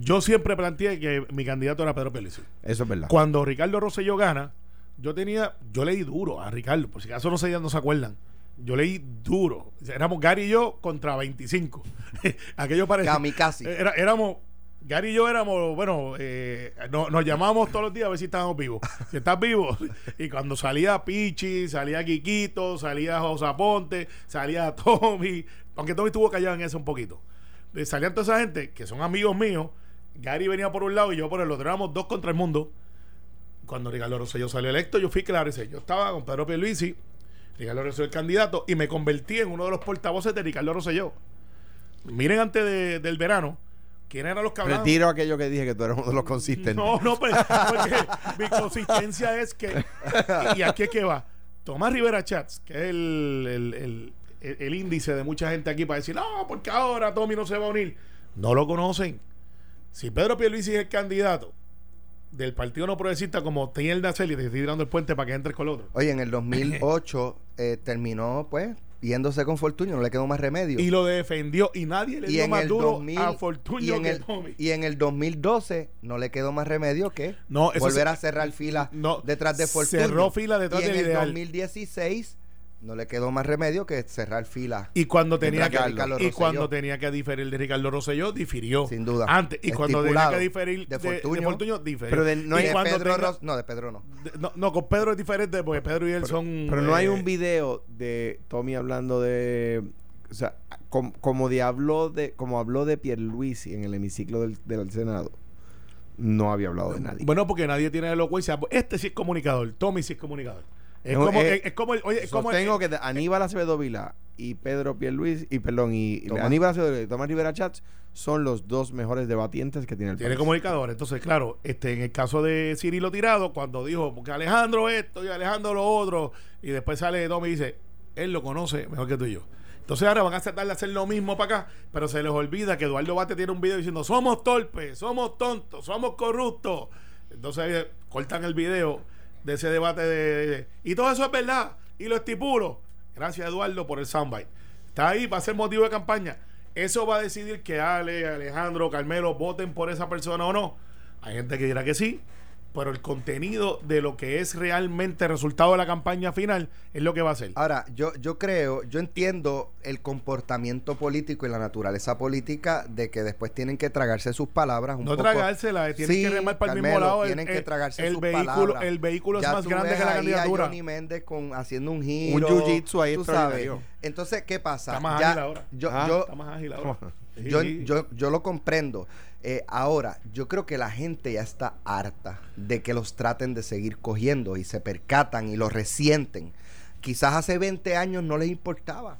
Speaker 2: Yo siempre planteé que mi candidato era Pedro Pérez.
Speaker 3: Eso es verdad.
Speaker 2: Cuando Ricardo Rosselló gana, yo tenía, yo leí duro a Ricardo, por si acaso no se, no se acuerdan. Yo leí duro. O sea, Éramos Gary y yo contra 25. [laughs] Aquello parecía.
Speaker 1: Kamikaze.
Speaker 2: Eh, Era- éramos. Gary y yo éramos, bueno, eh, no- nos llamábamos todos los días a ver si estábamos vivos. Si estás vivo. [laughs] Y cuando salía Pichi, salía Quiquito, salía Josaponte, salía Tommy. Aunque Tommy estuvo callado en eso un poquito. Eh, salían toda esa gente que son amigos míos. Gary venía por un lado y yo por el otro. Éramos dos contra el mundo cuando Ricardo Rosselló salió electo, yo fui claro, dice, yo estaba con Pedro Pierluisi, Ricardo Rosselló el candidato, y me convertí en uno de los portavoces de Ricardo Rosselló. Miren antes de- del verano, ¿quiénes eran los que hablaban?
Speaker 3: Retiro aquello que dije que tú eres uno de los consistentes.
Speaker 2: No, no, pero- porque mi consistencia es que. Y aquí es que va. Tomás Rivera Chats, que es el, el- el- el- el índice de mucha gente aquí para decir, no, porque ahora Tommy no se va a unir. No lo conocen. Si Pedro Pierluisi es el candidato del Partido No Progresista, como tienda Celi, te estoy tirando el puente para que entres con el otro.
Speaker 1: Oye, en el
Speaker 2: [laughs]
Speaker 1: 2008 eh, terminó pues yéndose con Fortunio, no le quedó más remedio.
Speaker 2: Y lo defendió y nadie le
Speaker 1: Y
Speaker 2: dio
Speaker 1: en
Speaker 2: más
Speaker 1: el
Speaker 2: duro
Speaker 1: 2000
Speaker 2: a
Speaker 1: y
Speaker 2: Fortunio
Speaker 1: en
Speaker 2: que
Speaker 1: el,
Speaker 2: Tommy.
Speaker 1: y en el 2012 no le quedó más remedio que
Speaker 2: No, eso
Speaker 1: volver
Speaker 2: se-
Speaker 1: a cerrar fila
Speaker 2: no,
Speaker 1: detrás de Fortunio.
Speaker 2: cerró fila detrás
Speaker 1: y en
Speaker 2: del
Speaker 1: el
Speaker 2: ideal.
Speaker 1: 2016 no le quedó más remedio que cerrar fila.
Speaker 2: Y cuando tenía
Speaker 1: Tendrá
Speaker 2: que,
Speaker 1: que Ricardo
Speaker 2: y
Speaker 1: Rosselló.
Speaker 2: cuando tenía que diferir de Ricardo Rosselló, difirió.
Speaker 1: Sin duda.
Speaker 2: Antes, y cuando tenía
Speaker 1: Estipulado.
Speaker 2: que diferir
Speaker 1: De
Speaker 2: de, de Fortunio,
Speaker 1: Fortunio.
Speaker 2: diferió.
Speaker 3: Pero de- no
Speaker 2: Y
Speaker 1: de
Speaker 2: cuando
Speaker 1: Pedro
Speaker 2: tenga-
Speaker 1: Ros- no, de Pedro no.
Speaker 2: de- no, no, con Pedro es diferente porque Pedro y él son. eh,
Speaker 3: Pero no hay un
Speaker 2: video.
Speaker 3: video de Tommy hablando de. O sea, com- como de habló de, como habló de Pierluisi en el hemiciclo del, del Senado, no había hablado de nadie.
Speaker 2: Bueno, porque nadie tiene elocuencia. Este sí es comunicador. Tommy sí es comunicador. Es
Speaker 3: No,
Speaker 2: como,
Speaker 3: eh,
Speaker 2: es, es como el. Oye, es como el-
Speaker 3: Sostengo que de- Aníbal Acevedo Vila y Pedro Pierluisi, y perdón, y, y
Speaker 1: Tomás.
Speaker 3: Aníbal Acevedo Vila y Tomás Rivera Chats son los dos mejores debatientes que tiene el
Speaker 2: Tiene
Speaker 3: país.
Speaker 2: comunicador. Entonces, claro, este, en el caso de Cirilo Tirado, cuando dijo, porque Alejandro esto y Alejandro lo otro, y después sale Tommy y dice, él lo conoce mejor que tú y yo. Entonces ahora van a tratar de hacer lo mismo para acá, pero se les olvida que Eduardo Bate tiene un video diciendo, somos torpes, somos tontos, somos corruptos. Entonces ahí, eh, cortan el video de ese debate de, de- Y todo eso es verdad, y lo estipulo. Gracias Eduardo por el soundbite. Está ahí, va a ser motivo de campaña. Eso va a decidir que Ale, Alejandro, Carmelo voten por esa persona o no. Hay gente que dirá que sí, pero el contenido de lo que es realmente el resultado de la campaña final es lo que va a
Speaker 3: Ah,
Speaker 2: ser.
Speaker 1: Ahora, yo, yo creo, yo entiendo el comportamiento político y la naturaleza política de que después tienen que tragarse sus palabras un
Speaker 2: no
Speaker 1: poco.
Speaker 2: tragársela, tienen
Speaker 1: Sí,
Speaker 2: que remar para el mismo
Speaker 1: Carmelo,
Speaker 2: lado. El-
Speaker 1: Tienen
Speaker 2: el,
Speaker 1: que tragarse
Speaker 2: el
Speaker 1: sus
Speaker 2: vehículo,
Speaker 1: palabras.
Speaker 2: El vehículo
Speaker 1: Ya
Speaker 2: es más
Speaker 1: tú
Speaker 2: grande
Speaker 1: ves
Speaker 2: que la
Speaker 1: ahí a
Speaker 2: candidatura.
Speaker 1: Johnny Méndez con, haciendo un giro.
Speaker 3: jiu-jitsu ahí
Speaker 1: tú sabes.
Speaker 3: extraordinario.
Speaker 1: Entonces, ¿qué pasa?
Speaker 2: Está más
Speaker 1: Ya-
Speaker 2: ágil ahora.
Speaker 1: Yo,
Speaker 3: Ah,
Speaker 1: yo,
Speaker 2: Está más ágil ahora. Sí.
Speaker 1: yo, yo, yo lo comprendo. Eh, ahora, yo creo que la gente ya está harta de que los traten de seguir cogiendo y se percatan y los resienten. Quizás hace 20 años no les importaba.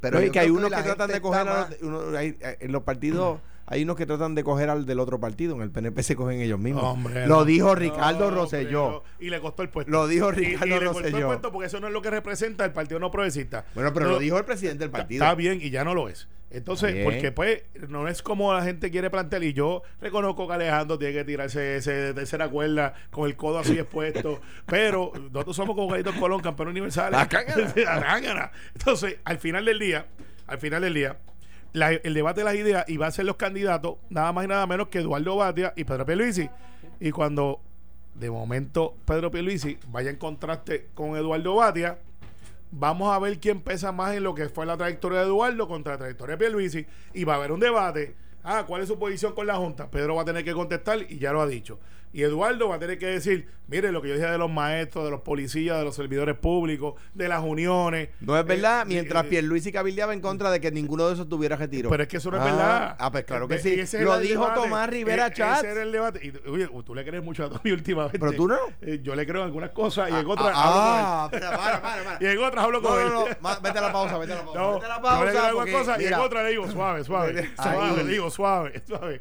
Speaker 1: Pero
Speaker 3: No, y
Speaker 1: yo
Speaker 3: que hay
Speaker 1: creo
Speaker 3: unos
Speaker 1: la
Speaker 3: que tratan
Speaker 1: gente
Speaker 3: de coger
Speaker 1: está
Speaker 3: a los-
Speaker 1: más-
Speaker 3: uno- hay- eh, en los partidos hay unos que tratan de coger al del otro partido en el PNP se cogen ellos mismos
Speaker 2: Hombre,
Speaker 3: lo
Speaker 2: no.
Speaker 3: dijo Ricardo
Speaker 2: No,
Speaker 3: Rosselló
Speaker 2: pero- Y le costó el puesto.
Speaker 3: Lo dijo
Speaker 2: Y-
Speaker 3: Ricardo
Speaker 2: y, le costó el
Speaker 3: Rosselló.
Speaker 2: puesto porque eso no es lo que representa el Partido No Progresista.
Speaker 3: bueno pero
Speaker 2: No,
Speaker 3: lo dijo el presidente del partido
Speaker 2: Está bien y ya no lo es. Entonces,
Speaker 3: Está
Speaker 2: porque
Speaker 3: bien.
Speaker 2: pues no es como la gente quiere plantear y yo reconozco que Alejandro tiene que tirarse ese de tercera cuerda con el codo así
Speaker 3: [laughs]
Speaker 2: expuesto, pero nosotros somos como Galitos Colón, campeón universal.
Speaker 3: La cángana.
Speaker 2: [laughs] La cángana. Entonces, al final del día, al final del día, la- el debate de las ideas y va a ser los candidatos, nada más y nada menos que Eduardo Batia y Pedro Pierluisi. Y cuando de momento Pedro Pierluisi vaya en contraste con Eduardo Batia, Vamos a ver quién pesa más en lo que fue la trayectoria de Eduardo contra la trayectoria de Pierluisi. Y va a haber un debate. Ah, ¿cuál es su posición con la Junta? Pedro va a tener que contestar y ya lo ha dicho. Y Eduardo va a tener que decir, mire lo que yo dije de los maestros, de los policías, de los servidores públicos, de las uniones.
Speaker 8: No es verdad,
Speaker 2: Eh,
Speaker 8: mientras
Speaker 2: eh,
Speaker 8: Pierluisi cabildeaba en contra de que ninguno de esos tuviera retiro.
Speaker 2: Pero es que eso no es
Speaker 8: Ah,
Speaker 2: verdad.
Speaker 8: Ah, pues claro que
Speaker 2: Ve-
Speaker 8: sí.
Speaker 2: y ese era
Speaker 8: Lo
Speaker 2: el
Speaker 8: dijo
Speaker 2: debate.
Speaker 8: Tomás Rivera
Speaker 2: E-
Speaker 8: Chat.
Speaker 2: Ese era el debate. Y, oye, tú le crees mucho a Tommy últimamente.
Speaker 8: Pero tú no.
Speaker 2: Eh, yo le creo en algunas cosas y en otras
Speaker 8: Ah,
Speaker 2: hablo con él.
Speaker 8: espera, para, para,
Speaker 2: [laughs]
Speaker 8: para.
Speaker 2: Y en otras hablo con
Speaker 8: No,
Speaker 2: él.
Speaker 8: no, no, ma- vete a la pausa, vete a la pausa.
Speaker 2: No,
Speaker 8: vete a la
Speaker 2: yo le creo
Speaker 8: pausa.
Speaker 2: en
Speaker 8: porque,
Speaker 2: algunas cosas y en
Speaker 8: mira,
Speaker 2: otras le digo
Speaker 1: [laughs]
Speaker 2: suave, suave. suave,
Speaker 1: Ahí.
Speaker 2: le digo suave, suave.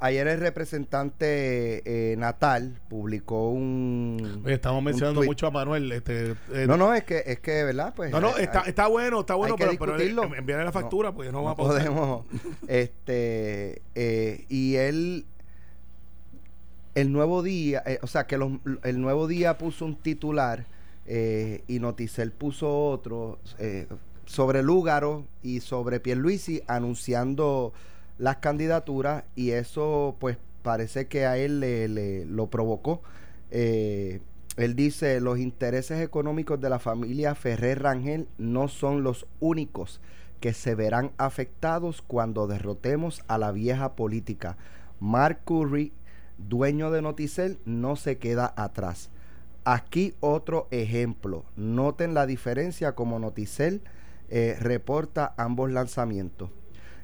Speaker 1: Ayer el representante eh, Natal publicó un.
Speaker 2: Oye, estamos
Speaker 1: un
Speaker 2: mencionando
Speaker 1: tuit.
Speaker 2: mucho a Manuel. Este, eh,
Speaker 1: No, no, es que, es que, ¿verdad? Pues,
Speaker 2: no, no,
Speaker 1: eh,
Speaker 2: está,
Speaker 1: hay-
Speaker 2: está bueno, está bueno,
Speaker 1: hay que
Speaker 2: pero, pero
Speaker 1: discutirlo.
Speaker 2: eh, envíale la factura porque no, va a
Speaker 1: no
Speaker 2: pausar.
Speaker 3: [laughs]
Speaker 1: podemos. este, eh, y él, el nuevo día, eh, o sea, que los- el nuevo día puso un titular eh, y Noticel puso otro eh, sobre Lúgaro y sobre Pierluisi anunciando las candidaturas y eso, pues, parece que a él le, le- lo provocó. Eh, él dice, los intereses económicos de la familia Ferrer Rangel no son los únicos que se verán afectados cuando derrotemos a la vieja política. Mark Curry, dueño de Noticel, no se queda atrás. Aquí otro ejemplo. Noten la diferencia como Noticel eh, reporta ambos lanzamientos.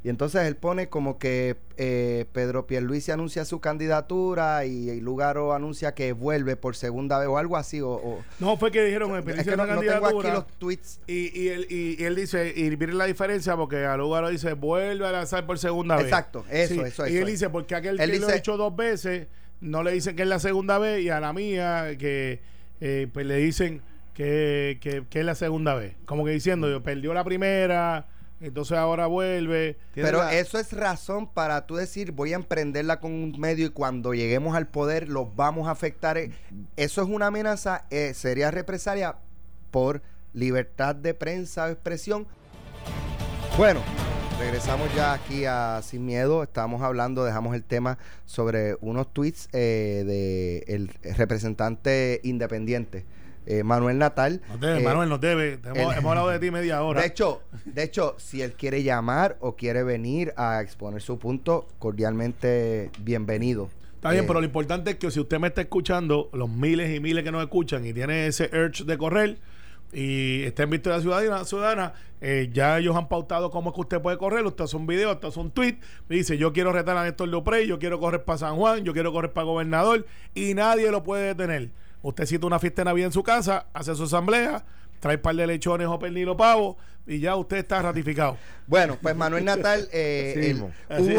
Speaker 1: Y entonces él pone como que eh, Pedro Pierluisi anuncia su candidatura y, y Lugaro anuncia que vuelve por segunda vez o algo así. O, o-
Speaker 2: No, fue que dijeron, en
Speaker 1: es que no, no tengo aquí los tweets.
Speaker 2: Y, y, él, y, y él dice, y miren la diferencia, porque al lugar dice, vuelve a lanzar por segunda vez.
Speaker 1: Exacto, eso, eso,
Speaker 2: Y él
Speaker 1: eso.
Speaker 2: dice, porque aquel
Speaker 1: Él
Speaker 2: que lo ha
Speaker 1: dice-
Speaker 2: hecho dos veces, no le dicen que es la segunda vez, y a la mía, que eh, pues le dicen que, que, que es la segunda vez. Como que diciendo, yo perdió la primera, entonces ahora vuelve.
Speaker 3: Tiene
Speaker 1: Pero
Speaker 3: la-
Speaker 1: eso es razón para tú decir, voy a emprenderla con un medio y cuando lleguemos al poder los vamos a afectar. Eh, Eso es una amenaza, eh, sería represalia por libertad de prensa o expresión. Bueno, regresamos ya aquí a Sin Miedo. Estamos hablando, dejamos el tema sobre unos tweets eh, del representante independiente, eh, Manuel Natal.
Speaker 2: Nos debe,
Speaker 1: Eh,
Speaker 2: Manuel, nos debe. Te Hemos,
Speaker 1: el-
Speaker 2: hemos hablado de ti media hora.
Speaker 1: de hecho, de hecho, si él quiere llamar o quiere venir a exponer su punto, cordialmente bienvenido.
Speaker 2: Está bien,
Speaker 1: Eh,
Speaker 2: pero lo importante es que si usted me está escuchando, los miles y miles que nos escuchan y tiene ese urge de correr y está en Victoria Ciudadana, Ciudadana eh, ya ellos han pautado cómo es que usted puede correr. Usted hace un video, usted hace un tweet, dice: Yo quiero retar a Néstor Duprey, yo quiero correr para San Juan, yo quiero correr para gobernador y nadie lo puede detener. Usted cita una fiesta de Navidad en su casa, hace su asamblea, trae un par de lechones o pernil o pavo y ya usted está ratificado.
Speaker 1: Bueno, pues Manuel Natal, eh,
Speaker 3: Así
Speaker 1: él-
Speaker 3: mismo.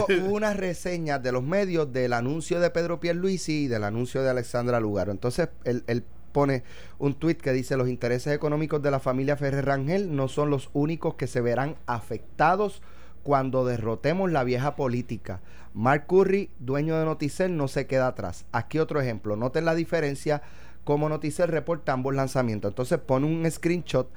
Speaker 1: hubo, hubo unas reseñas de los medios del anuncio de Pedro Pierluisi y del anuncio de Alexandra Lugaro. Entonces, él, él pone un tuit que dice, los intereses económicos de la familia Ferrer Rangel no son los únicos que se verán afectados cuando derrotemos la vieja política. Mark Curry, dueño de Noticel, no se queda atrás. Aquí otro ejemplo. Noten la diferencia como Noticel reporta ambos lanzamientos. Entonces pone un screenshot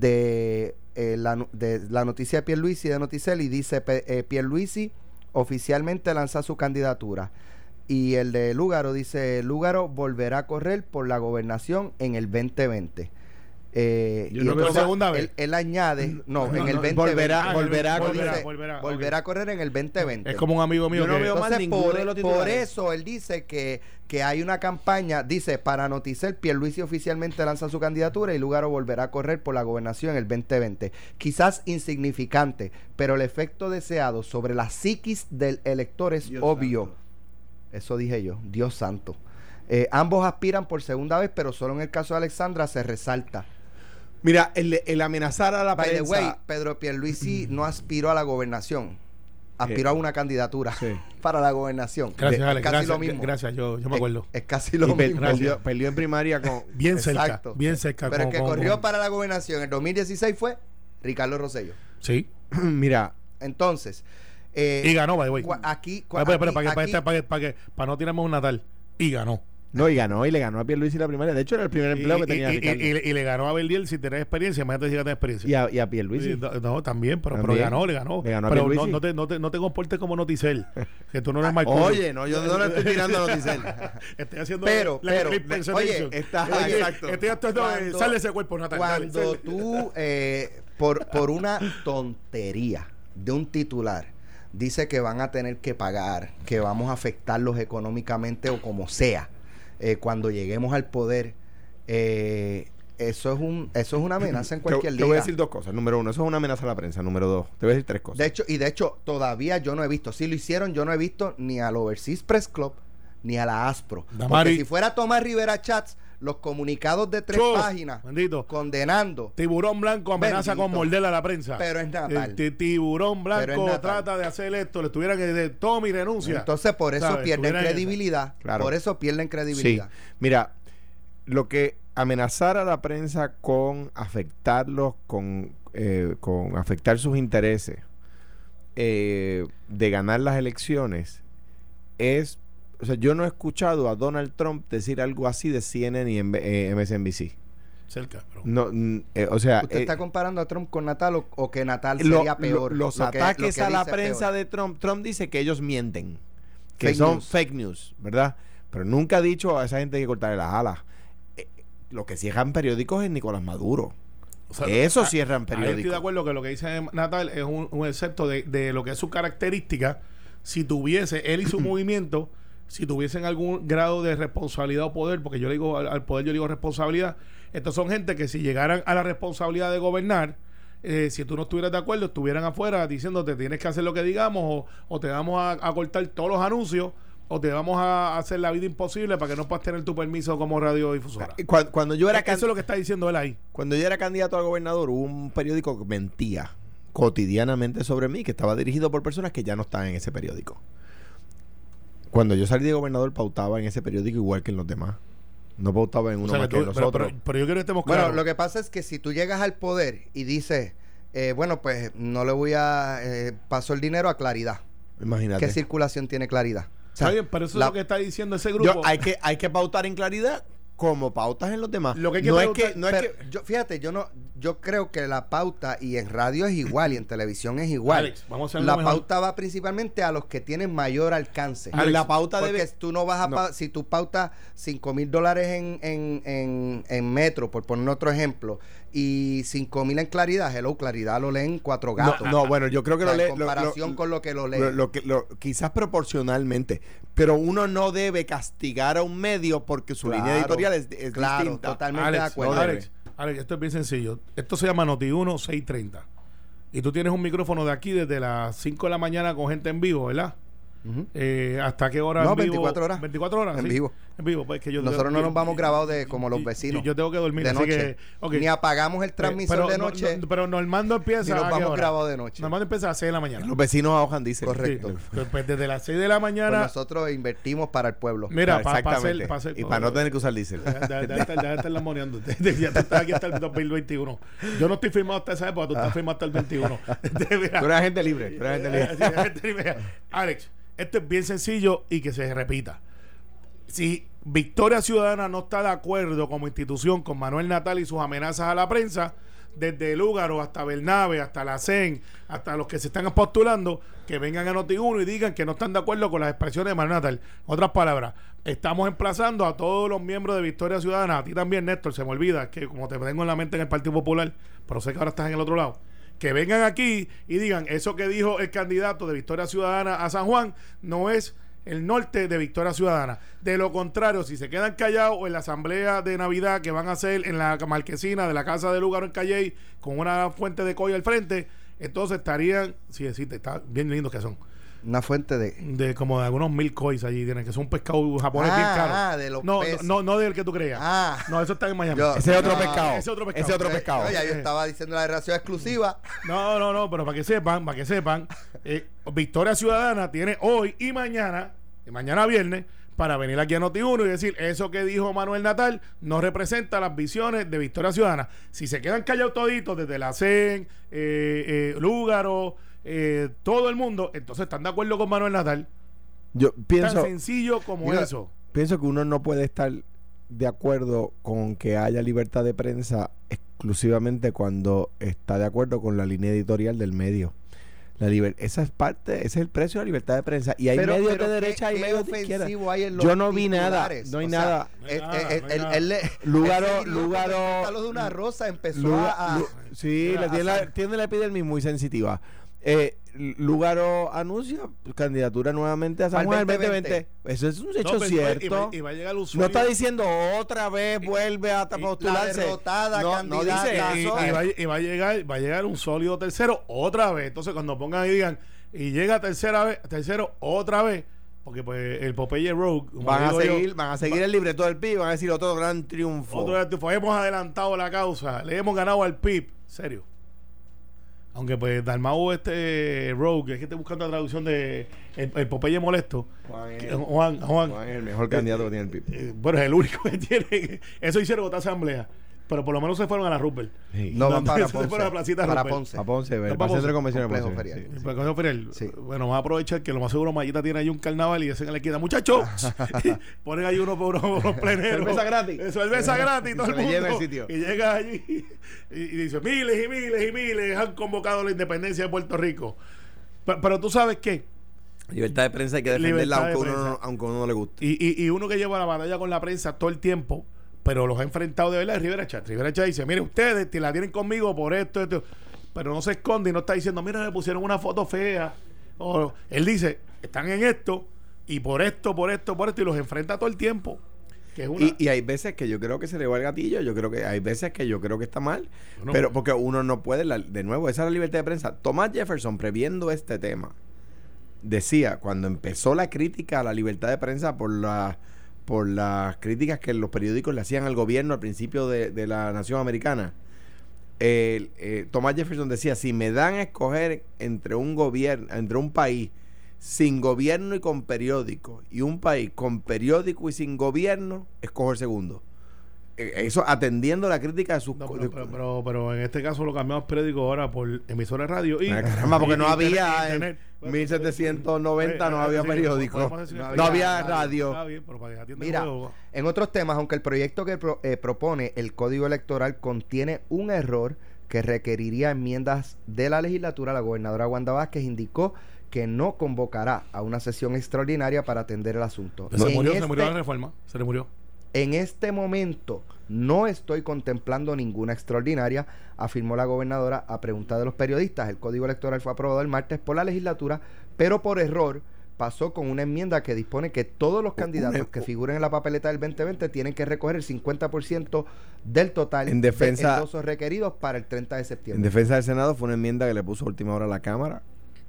Speaker 1: de, eh, la, no- de la noticia de Pierluisi de Noticel y dice Pe- eh, Pierluisi oficialmente lanza su candidatura. Y el de Lúgaro dice Lúgaro volverá a correr por la gobernación en el 2020. Eh,
Speaker 3: Yo
Speaker 1: y
Speaker 3: no creo
Speaker 1: entonces
Speaker 2: segunda vez.
Speaker 1: Él, él añade, no,
Speaker 2: No,
Speaker 1: en el
Speaker 2: no,
Speaker 1: 2020.
Speaker 8: volverá- volverá a
Speaker 1: Dice,
Speaker 2: correr.
Speaker 1: volverá,
Speaker 2: Volverá, ok.
Speaker 1: a correr en el 2020.
Speaker 2: Es como un amigo mío
Speaker 8: Yo no
Speaker 2: que-
Speaker 8: veo- más
Speaker 1: Entonces,
Speaker 8: ninguno de los
Speaker 1: por, por
Speaker 8: titulares.
Speaker 1: eso él dice que, que hay una campaña, dice, para noticiar, Pierluisi oficialmente lanza su candidatura y Lugaro volverá a correr por la gobernación el 2020. Quizás insignificante, pero el efecto deseado sobre la psiquis del elector es
Speaker 3: Dios
Speaker 1: obvio.
Speaker 3: santo.
Speaker 1: Eso dije yo, Dios santo. Eh, ambos aspiran por segunda vez, pero solo en el caso de Alexandra se resalta.
Speaker 8: Mira, el, el amenazar a la
Speaker 1: By the
Speaker 8: prensa.
Speaker 1: way, Pedro Pierluisi
Speaker 2: Mm.
Speaker 1: no aspiró a la gobernación, aspiró a una candidatura
Speaker 3: Sí.
Speaker 1: [laughs] para la gobernación.
Speaker 2: Eh. Gracias,
Speaker 1: Es
Speaker 2: Alex.
Speaker 1: casi
Speaker 2: Gracias,
Speaker 1: lo mismo. Eh,
Speaker 2: gracias, yo, yo me acuerdo.
Speaker 1: Es, es casi
Speaker 3: Y
Speaker 1: lo
Speaker 3: per-
Speaker 1: mismo.
Speaker 3: perdió, perdió en primaria
Speaker 8: [clears throat]
Speaker 3: [laughs] con.
Speaker 2: Bien cerca,
Speaker 1: Exacto.
Speaker 2: bien cerca.
Speaker 1: Pero el
Speaker 2: como-
Speaker 1: que
Speaker 2: como-
Speaker 1: corrió
Speaker 2: como-
Speaker 1: para la gobernación en 2016 fue Ricardo Rosello.
Speaker 2: Sí,
Speaker 3: Mira,
Speaker 1: Entonces, eh,
Speaker 2: y ganó, by the way.
Speaker 1: cua- aquí, cua-
Speaker 2: Ah, pero, pero
Speaker 1: aquí-
Speaker 2: para, que, para,
Speaker 1: aquí-
Speaker 2: este- para, que, para, que- para no tirarnos un Natal. Y ganó.
Speaker 3: No, y ganó, y le ganó a Pierluisi la primaria. De hecho, era el primer empleo que
Speaker 2: Y,
Speaker 3: tenía
Speaker 2: y-
Speaker 3: Ricardo.
Speaker 2: y- y- y le ganó a Berdiel sin tener experiencia. Imagínate si no tenía experiencia.
Speaker 3: Y a, y a Pierluisi.
Speaker 2: Sí, no, no, también, pero, pero
Speaker 3: También.
Speaker 2: ganó, le ganó.
Speaker 3: Le ganó a
Speaker 2: pero no,
Speaker 3: Pierluisi.
Speaker 2: no, te, no, te, no te comportes como
Speaker 3: [laughs]
Speaker 2: Noticel, que tú no eres Marco.
Speaker 8: Oye, no, yo no le estoy tirando a Noticel.
Speaker 2: [laughs] Estoy haciendo
Speaker 1: Pero, pero,
Speaker 2: clip
Speaker 1: me-
Speaker 2: impersonation.
Speaker 1: oye,
Speaker 8: está-
Speaker 2: Oye,
Speaker 8: exacto.
Speaker 2: Estoy actuando,
Speaker 3: eh,
Speaker 1: Cuando-
Speaker 2: sale ese cuerpo, Natal. dale,
Speaker 1: Cuando
Speaker 2: sale.
Speaker 1: tú, eh, por, por una tontería de un titular, dice que van a tener que pagar, que vamos a afectarlos económicamente o como sea, eh, cuando lleguemos al poder, eh, eso es un eso es una amenaza en
Speaker 3: Te-
Speaker 1: cualquier
Speaker 3: te,
Speaker 1: liga.
Speaker 3: voy a decir dos cosas. Número uno, eso es una amenaza a la prensa. Número dos, te voy a decir tres cosas.
Speaker 1: De hecho, y de hecho, todavía yo no he visto, si lo hicieron, yo no he visto ni al Overseas Press Club ni a la Aspro.
Speaker 2: Damari.
Speaker 1: Porque si fuera Tomás Rivera Chats, los comunicados de tres
Speaker 2: Chus,
Speaker 1: páginas
Speaker 2: Bendito.
Speaker 1: condenando
Speaker 2: Tiburón blanco amenaza
Speaker 1: Bendito.
Speaker 2: con morder a la prensa.
Speaker 1: Pero es Natal.
Speaker 2: El ti- tiburón
Speaker 1: Pero
Speaker 2: blanco
Speaker 1: es Natal.
Speaker 2: trata de hacer esto. Le tuvieran que decir, Tommy renuncia.
Speaker 1: Entonces por eso
Speaker 2: ¿Sabes?
Speaker 1: pierden
Speaker 2: Tuvieran esa.
Speaker 1: credibilidad.
Speaker 3: Claro.
Speaker 1: Por eso pierden
Speaker 3: Sí.
Speaker 1: credibilidad.
Speaker 3: Mira, lo que amenazar a la prensa con afectarlos, con, eh, con afectar sus intereses eh, de ganar las elecciones, es. O sea, yo no he escuchado a Donald Trump decir algo así de CNN y en- eh, MSNBC.
Speaker 2: Cerca, bro.
Speaker 3: No, mm, eh, o sea,
Speaker 1: ¿Usted
Speaker 3: eh,
Speaker 1: está comparando a Trump con Natal o, o que Natal
Speaker 3: lo-
Speaker 1: sería
Speaker 3: lo-
Speaker 1: peor?
Speaker 3: los
Speaker 1: Ah, Lo que- lo
Speaker 3: ataques
Speaker 1: que
Speaker 3: a la
Speaker 1: dice es
Speaker 3: prensa
Speaker 1: peor.
Speaker 3: de Trump. Trump dice que ellos mienten, que
Speaker 1: Fake
Speaker 3: son
Speaker 1: news.
Speaker 3: fake news, ¿verdad? Pero nunca ha dicho a esa gente que cortarle las alas. Eh, lo que cierran periódicos es Nicolás Maduro.
Speaker 2: O sea,
Speaker 3: Eso
Speaker 2: a-
Speaker 3: cierran
Speaker 2: ahí Estoy de
Speaker 3: periódicos.
Speaker 2: acuerdo que lo que dice Natal es un, un excepto de, de lo que es su característica. Si tuviese él y
Speaker 3: [clears throat]
Speaker 2: su movimiento, si tuviesen algún grado de responsabilidad o poder, porque yo le digo al, al poder, yo le digo responsabilidad. Estos son gente que si llegaran a la responsabilidad de gobernar, eh, si tú no estuvieras de acuerdo, estuvieran afuera diciéndote tienes que hacer lo que digamos o, o te vamos a, a cortar todos los anuncios o te vamos a hacer la vida imposible para que no puedas tener tu permiso como radiodifusora.
Speaker 3: Cu- Cuando, yo era
Speaker 2: Es que
Speaker 3: can-
Speaker 2: Eso es lo que está diciendo él ahí.
Speaker 3: cuando yo era candidato a gobernador, hubo un periódico que mentía cotidianamente sobre mí, que estaba dirigido por personas que ya no estaban en ese periódico. Cuando yo salí de gobernador, pautaba en ese periódico igual que en los demás. No pautaba en uno
Speaker 2: O sea,
Speaker 3: más
Speaker 2: que
Speaker 3: que en
Speaker 2: tú-
Speaker 3: los
Speaker 2: pero,
Speaker 3: otros.
Speaker 2: pero- pero yo quiero que estemos
Speaker 1: Bueno,
Speaker 2: claros.
Speaker 1: lo que pasa es que si tú llegas al poder y dices, eh, bueno, pues no le voy a... eh, paso el dinero a claridad.
Speaker 3: Imagínate.
Speaker 1: ¿Qué circulación tiene claridad? O sea,
Speaker 2: Está bien, pero eso
Speaker 1: la-
Speaker 2: es lo que está diciendo ese grupo.
Speaker 3: Yo- hay, que, hay que pautar en claridad como pautas en los demás.
Speaker 2: Lo que hay que
Speaker 3: no es
Speaker 2: preguntar-
Speaker 3: que, no es
Speaker 1: pero
Speaker 3: que-
Speaker 1: yo, fíjate, yo no, yo creo que la pauta y en radio es igual y en televisión es igual.
Speaker 2: Alex, vamos a hacer algo
Speaker 1: la
Speaker 2: mejor.
Speaker 1: pauta va principalmente a los que tienen mayor alcance.
Speaker 3: Alex, la pauta
Speaker 1: Porque
Speaker 3: debe-
Speaker 1: tú no vas a
Speaker 3: no.
Speaker 1: pa- si tú pautas 5 mil dólares en, en, en, en metro, por poner otro ejemplo, y 5 mil en claridad, hello, claridad lo leen cuatro
Speaker 3: no,
Speaker 1: gatos.
Speaker 3: no, bueno, yo creo que
Speaker 1: O
Speaker 3: lo
Speaker 1: sea,
Speaker 3: lee.
Speaker 1: en comparación con lo que lo lee.
Speaker 3: que- lo- quizás proporcionalmente. Pero uno no debe castigar a un medio porque su línea
Speaker 1: Claro,
Speaker 3: editorial es, es
Speaker 1: claro,
Speaker 3: distinta.
Speaker 1: totalmente
Speaker 2: Alex,
Speaker 1: de acuerdo.
Speaker 2: no, Alex, Alex, esto es bien sencillo. Esto se llama Noti 1 630. Y tú tienes un micrófono de aquí desde las 5 de la mañana con gente en vivo, ¿verdad?
Speaker 1: Ujú.
Speaker 2: Eh, ¿Hasta qué hora?
Speaker 1: No,
Speaker 2: en vivo?
Speaker 1: 24 horas.
Speaker 2: 24 horas.
Speaker 1: En
Speaker 2: sí.
Speaker 1: vivo.
Speaker 2: En vivo. Pues es que yo,
Speaker 1: Nosotros no
Speaker 2: yo-
Speaker 1: nos vamos
Speaker 2: yo-
Speaker 1: grabados de como los
Speaker 2: yo-
Speaker 1: vecinos.
Speaker 2: Yo, tengo que dormir,
Speaker 1: de
Speaker 2: así
Speaker 1: noche.
Speaker 2: que. ok.
Speaker 1: Ni apagamos el
Speaker 2: Eh,
Speaker 1: transmisor
Speaker 2: pero
Speaker 1: de
Speaker 2: no-
Speaker 1: noche.
Speaker 2: no- pero Normando
Speaker 1: Ni
Speaker 2: empieza.
Speaker 1: nos
Speaker 2: ¿a qué
Speaker 1: vamos
Speaker 2: hora?
Speaker 1: grabados de noche.
Speaker 2: Normando empieza a las 6 de la mañana.
Speaker 3: Los vecinos ahogan, dice.
Speaker 2: Sí.
Speaker 1: Correcto.
Speaker 2: Pues, pues, desde las 6 de la
Speaker 1: Pues
Speaker 2: mañana.
Speaker 1: nosotros invertimos para el pueblo.
Speaker 2: Mira, para
Speaker 3: Exactamente. y para no tener que usar diésel.
Speaker 2: Deja deja- deja estar, deja estar lamoneando. [laughs] Te- te- Ya tú estás aquí hasta el 2021. Yo no estoy firmado hasta esa época, tú estás firmado hasta el [laughs] 21. Este, mira,
Speaker 3: Tú eres gente libre. tú eres gente libre.
Speaker 2: Eh, así, gente, mira. Alex, esto es bien sencillo y que se repita. Si Victoria Ciudadana no está de acuerdo como institución con Manuel Natal y sus amenazas a la prensa, desde Lúgaro hasta Bernabe, hasta la CEN, hasta los que se están postulando, que vengan a Noti1 y digan que no están de acuerdo con las expresiones de Manuel Natal. En otras palabras, estamos emplazando a todos los miembros de Victoria Ciudadana, a ti también, Néstor, se me olvida, que como te tengo en la mente en el Partido Popular, pero sé que ahora estás en el otro lado que vengan aquí y digan eso que dijo el candidato de Victoria Ciudadana a San Juan no es el norte de Victoria Ciudadana. De lo contrario, si se quedan callados o en la asamblea de Navidad que van a hacer en la marquesina de la casa de Lugaro en Calley con una fuente de colla al frente, entonces estarían, sí, sí, te- está bien lindos que son,
Speaker 1: Una fuente de.
Speaker 2: de como de algunos mil cois allí tienen, que son un pescado japonés
Speaker 1: Ah,
Speaker 2: bien caro.
Speaker 1: ah, de los
Speaker 2: no, no,
Speaker 1: peces.
Speaker 2: no, no del que tú creas.
Speaker 1: Ah.
Speaker 2: No, eso está en Miami.
Speaker 1: Yo- Ah,
Speaker 3: Ese es otro
Speaker 1: No,
Speaker 3: pescado.
Speaker 2: ese otro pescado.
Speaker 3: Ese otro
Speaker 2: Eh,
Speaker 3: pescado.
Speaker 1: Oye, yo estaba diciendo la narración exclusiva.
Speaker 2: No, no, no, pero para que sepan, para que sepan, eh, Victoria Ciudadana tiene hoy y mañana, y mañana viernes, para venir aquí a Noti1 y decir, eso que dijo Manuel Natal no representa las visiones de Victoria Ciudadana. Si se quedan callados toditos, desde la CEN, eh, eh, Lúgaro, eh, todo el mundo, entonces están de acuerdo con Manuel Natal.
Speaker 3: Yo
Speaker 2: Tan
Speaker 3: pienso.
Speaker 2: sencillo como
Speaker 1: Mira,
Speaker 2: eso.
Speaker 3: pienso que uno no puede estar de acuerdo con que haya libertad de prensa exclusivamente cuando está de acuerdo con la línea editorial del medio. La liber- esa es parte, ese es el precio de la libertad de prensa. Y hay
Speaker 1: Pero-
Speaker 3: medios
Speaker 1: pero
Speaker 3: de
Speaker 1: qué-
Speaker 3: derecha y
Speaker 1: qué
Speaker 3: medios de izquierda.
Speaker 1: ofensivo hay en los
Speaker 3: Yo no vi nada,
Speaker 1: titulares.
Speaker 3: no hay
Speaker 1: O sea,
Speaker 3: nada.
Speaker 2: No hay
Speaker 1: él-
Speaker 2: nada,
Speaker 1: él-
Speaker 2: no hay
Speaker 1: él-
Speaker 2: nada.
Speaker 1: él le-
Speaker 3: Lugaro-
Speaker 1: él se hirió
Speaker 3: Lugaro-
Speaker 1: con el pétalo de una rosa empezó
Speaker 3: Lugar-
Speaker 1: a,
Speaker 3: Lu- sí,
Speaker 2: a-
Speaker 3: la
Speaker 2: a
Speaker 3: tiene, la,
Speaker 2: sacar.
Speaker 3: tiene la piel muy sensitiva. Eh, Lugaro anuncia candidatura nuevamente a San
Speaker 1: Al
Speaker 3: Juan al
Speaker 1: 2020.
Speaker 3: 2020. Eso es un
Speaker 2: No, pues,
Speaker 3: hecho
Speaker 2: pero y va- y va-
Speaker 3: cierto.
Speaker 2: Y va a llegar Luzuel.
Speaker 3: No está diciendo otra vez vuelve a postularse.
Speaker 1: derrotada
Speaker 3: no, no
Speaker 1: candidata
Speaker 3: dice
Speaker 2: y, y
Speaker 3: eso.
Speaker 2: va, y va a llegar, va a llegar un sólido tercero otra vez. Entonces, cuando pongan y digan, y llega tercera vez, tercero otra vez, porque pues el Popeye Rogue, como
Speaker 3: Van a
Speaker 2: digo yo,
Speaker 3: seguir, van a seguir el libreto del PIB, van a decir otro gran triunfo.
Speaker 2: otro vez, tipo, hemos adelantado la causa, le hemos ganado al PIB, serio. Aunque pues Dalmau este Rogue, es que estoy buscando la traducción de el, el Popeye molesto.
Speaker 3: Juan
Speaker 2: Que-
Speaker 3: es-
Speaker 2: Juan, Juan,
Speaker 3: Juan es el mejor candidato que tiene el PIB.
Speaker 2: eh, bueno, es el único que [laughs] tiene. Eso hicieron otra asamblea, pero por lo menos se fueron a la Rupert.
Speaker 1: No, van para
Speaker 2: [laughs] se fue
Speaker 1: Ponce.
Speaker 2: para la placita de
Speaker 1: para
Speaker 2: Rupert.
Speaker 1: Ponce.
Speaker 3: A Ponce,
Speaker 2: No,
Speaker 3: el
Speaker 2: vamos,
Speaker 3: centro de convenciones de
Speaker 1: complejo
Speaker 3: Ponce,
Speaker 1: ferial.
Speaker 3: sí.
Speaker 2: Pues, coño, Ferel,
Speaker 1: Sí.
Speaker 2: Bueno, vamos a aprovechar que lo más seguro Mayita tiene ahí un carnaval y hacen en la esquina, muchachos. [laughs] ponen ahí unos, unos, unos pleneros.
Speaker 3: Cerveza gratis.
Speaker 2: Eh, Cerveza gratis, todo
Speaker 3: se
Speaker 2: el
Speaker 3: le
Speaker 2: mundo.
Speaker 3: llena el sitio.
Speaker 2: Y llega allí y, y dice, miles y miles y miles han convocado la independencia de Puerto Rico. Pero, pero tú sabes qué.
Speaker 8: Libertad de prensa hay que defenderla
Speaker 2: Libertad de
Speaker 8: aunque uno, no,
Speaker 2: prensa.
Speaker 8: aunque uno no le guste.
Speaker 2: Y, y- y uno que lleva la batalla con la prensa todo el tiempo, pero los ha enfrentado de verdad es Rivera Chat. Rivera Chat dice, mire, ustedes te la tienen conmigo por esto, esto. Pero no se esconde y no está diciendo, mira, me pusieron una foto fea. O, él dice, están en esto, y por esto, por esto, por esto, y los enfrenta todo el tiempo. Que es una-
Speaker 3: Y, y hay veces que yo creo que se le va el gatillo, yo creo que hay veces que yo creo que está mal,
Speaker 2: Bueno,
Speaker 3: pero porque uno no puede, la- de nuevo, esa es la libertad de prensa. Thomas Jefferson, previendo este tema, decía, cuando empezó la crítica a la libertad de prensa por la por las críticas que los periódicos le hacían al gobierno al principio de, de la nación americana, el, eh, Thomas Jefferson decía, si me dan a escoger entre un gobierno, entre un país sin gobierno y con periódico, y un país con periódico y sin gobierno, escojo el segundo. Eh, Eso atendiendo la crítica de sus...
Speaker 2: No,
Speaker 3: co-
Speaker 2: pero,
Speaker 3: de-
Speaker 2: pero- pero- pero en este caso lo cambiamos periódico ahora por emisora de radio y
Speaker 3: Ah, caramba, porque no
Speaker 2: y- y-
Speaker 3: había
Speaker 2: y-
Speaker 3: en 1790 no
Speaker 2: Oye,
Speaker 3: había
Speaker 2: pues, así que
Speaker 3: periódico,
Speaker 2: podemos decir-
Speaker 3: no había radio.
Speaker 2: Está bien, pero para que atienda el
Speaker 1: Mira,
Speaker 2: juego.
Speaker 1: en otros temas, aunque el proyecto que pro- eh, propone el Código Electoral contiene un error que requeriría enmiendas de la legislatura, la gobernadora Wanda Vázquez indicó que no convocará a una sesión extraordinaria para atender el asunto.
Speaker 2: Se
Speaker 1: En
Speaker 2: murió, se
Speaker 1: este-
Speaker 2: murió la reforma. Se le murió.
Speaker 1: En este momento no estoy contemplando ninguna extraordinaria, afirmó la gobernadora a pregunta de los periodistas. El código electoral fue aprobado el martes por la legislatura, pero por error pasó con una enmienda que dispone que todos los candidatos que figuren en la papeleta del 2020 tienen que recoger el 50% del total
Speaker 3: En defensa-
Speaker 1: de endosos requeridos para el 30 de
Speaker 3: En
Speaker 1: septiembre.
Speaker 3: defensa del Senado fue una enmienda que le puso a última hora a la Cámara,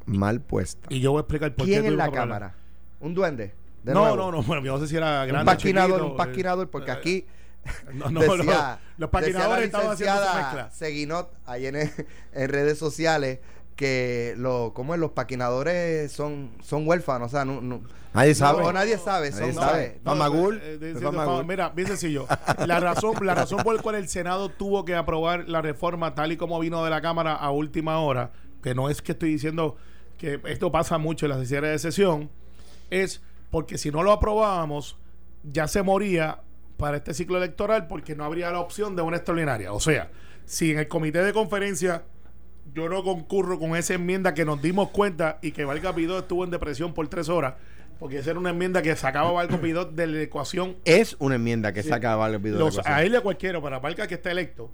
Speaker 3: mal puesta.
Speaker 2: Y yo voy a explicar por
Speaker 1: ¿Quién
Speaker 2: qué.
Speaker 1: en
Speaker 2: tuvimos
Speaker 1: la
Speaker 2: que hablar.
Speaker 1: Cámara? ¿Un duende? De
Speaker 2: No,
Speaker 1: nuevo.
Speaker 2: no, no. Bueno, yo no sé si era
Speaker 1: Un
Speaker 2: grande.
Speaker 1: paquinador,
Speaker 2: chiquito,
Speaker 1: un paquinador, porque
Speaker 2: eh,
Speaker 1: aquí...
Speaker 2: [laughs] No, no,
Speaker 1: decía-
Speaker 2: los- los
Speaker 1: decía
Speaker 2: paquinadores
Speaker 1: la
Speaker 2: estaban haciendo su
Speaker 1: licenciada
Speaker 2: mezcla.
Speaker 1: Seguinot, ahí en, [laughs] en redes sociales, que lo, ¿cómo es? los paquinadores son, son huérfanos, o sea, no, no-
Speaker 3: Nadie sabe.
Speaker 1: no, nadie sabe, son,
Speaker 3: Nadie
Speaker 1: no,
Speaker 3: sabe.
Speaker 1: eh,
Speaker 3: Mamagul,
Speaker 2: eh, eh,
Speaker 3: pues
Speaker 2: diciendo,
Speaker 3: Mamagul.
Speaker 2: pa- Mira, bien sencillo. La razón, la razón por la cual el Senado tuvo que aprobar la reforma tal y como vino de la Cámara a última hora, que no es que estoy diciendo que esto pasa mucho en las sesiones de sesión, es porque si no lo aprobábamos, ya se moría para este ciclo electoral porque no habría la opción de una extraordinaria. O sea, si en el comité de conferencia yo no concurro con esa enmienda que nos dimos cuenta y que Valga Pidot estuvo en depresión por tres horas, porque esa era una enmienda que sacaba Valga Pidot de la ecuación.
Speaker 3: Es una enmienda que saca a Valga Pido de la
Speaker 2: Los-
Speaker 3: ecuación.
Speaker 2: a él y a cualquiera, para Valga que está electo.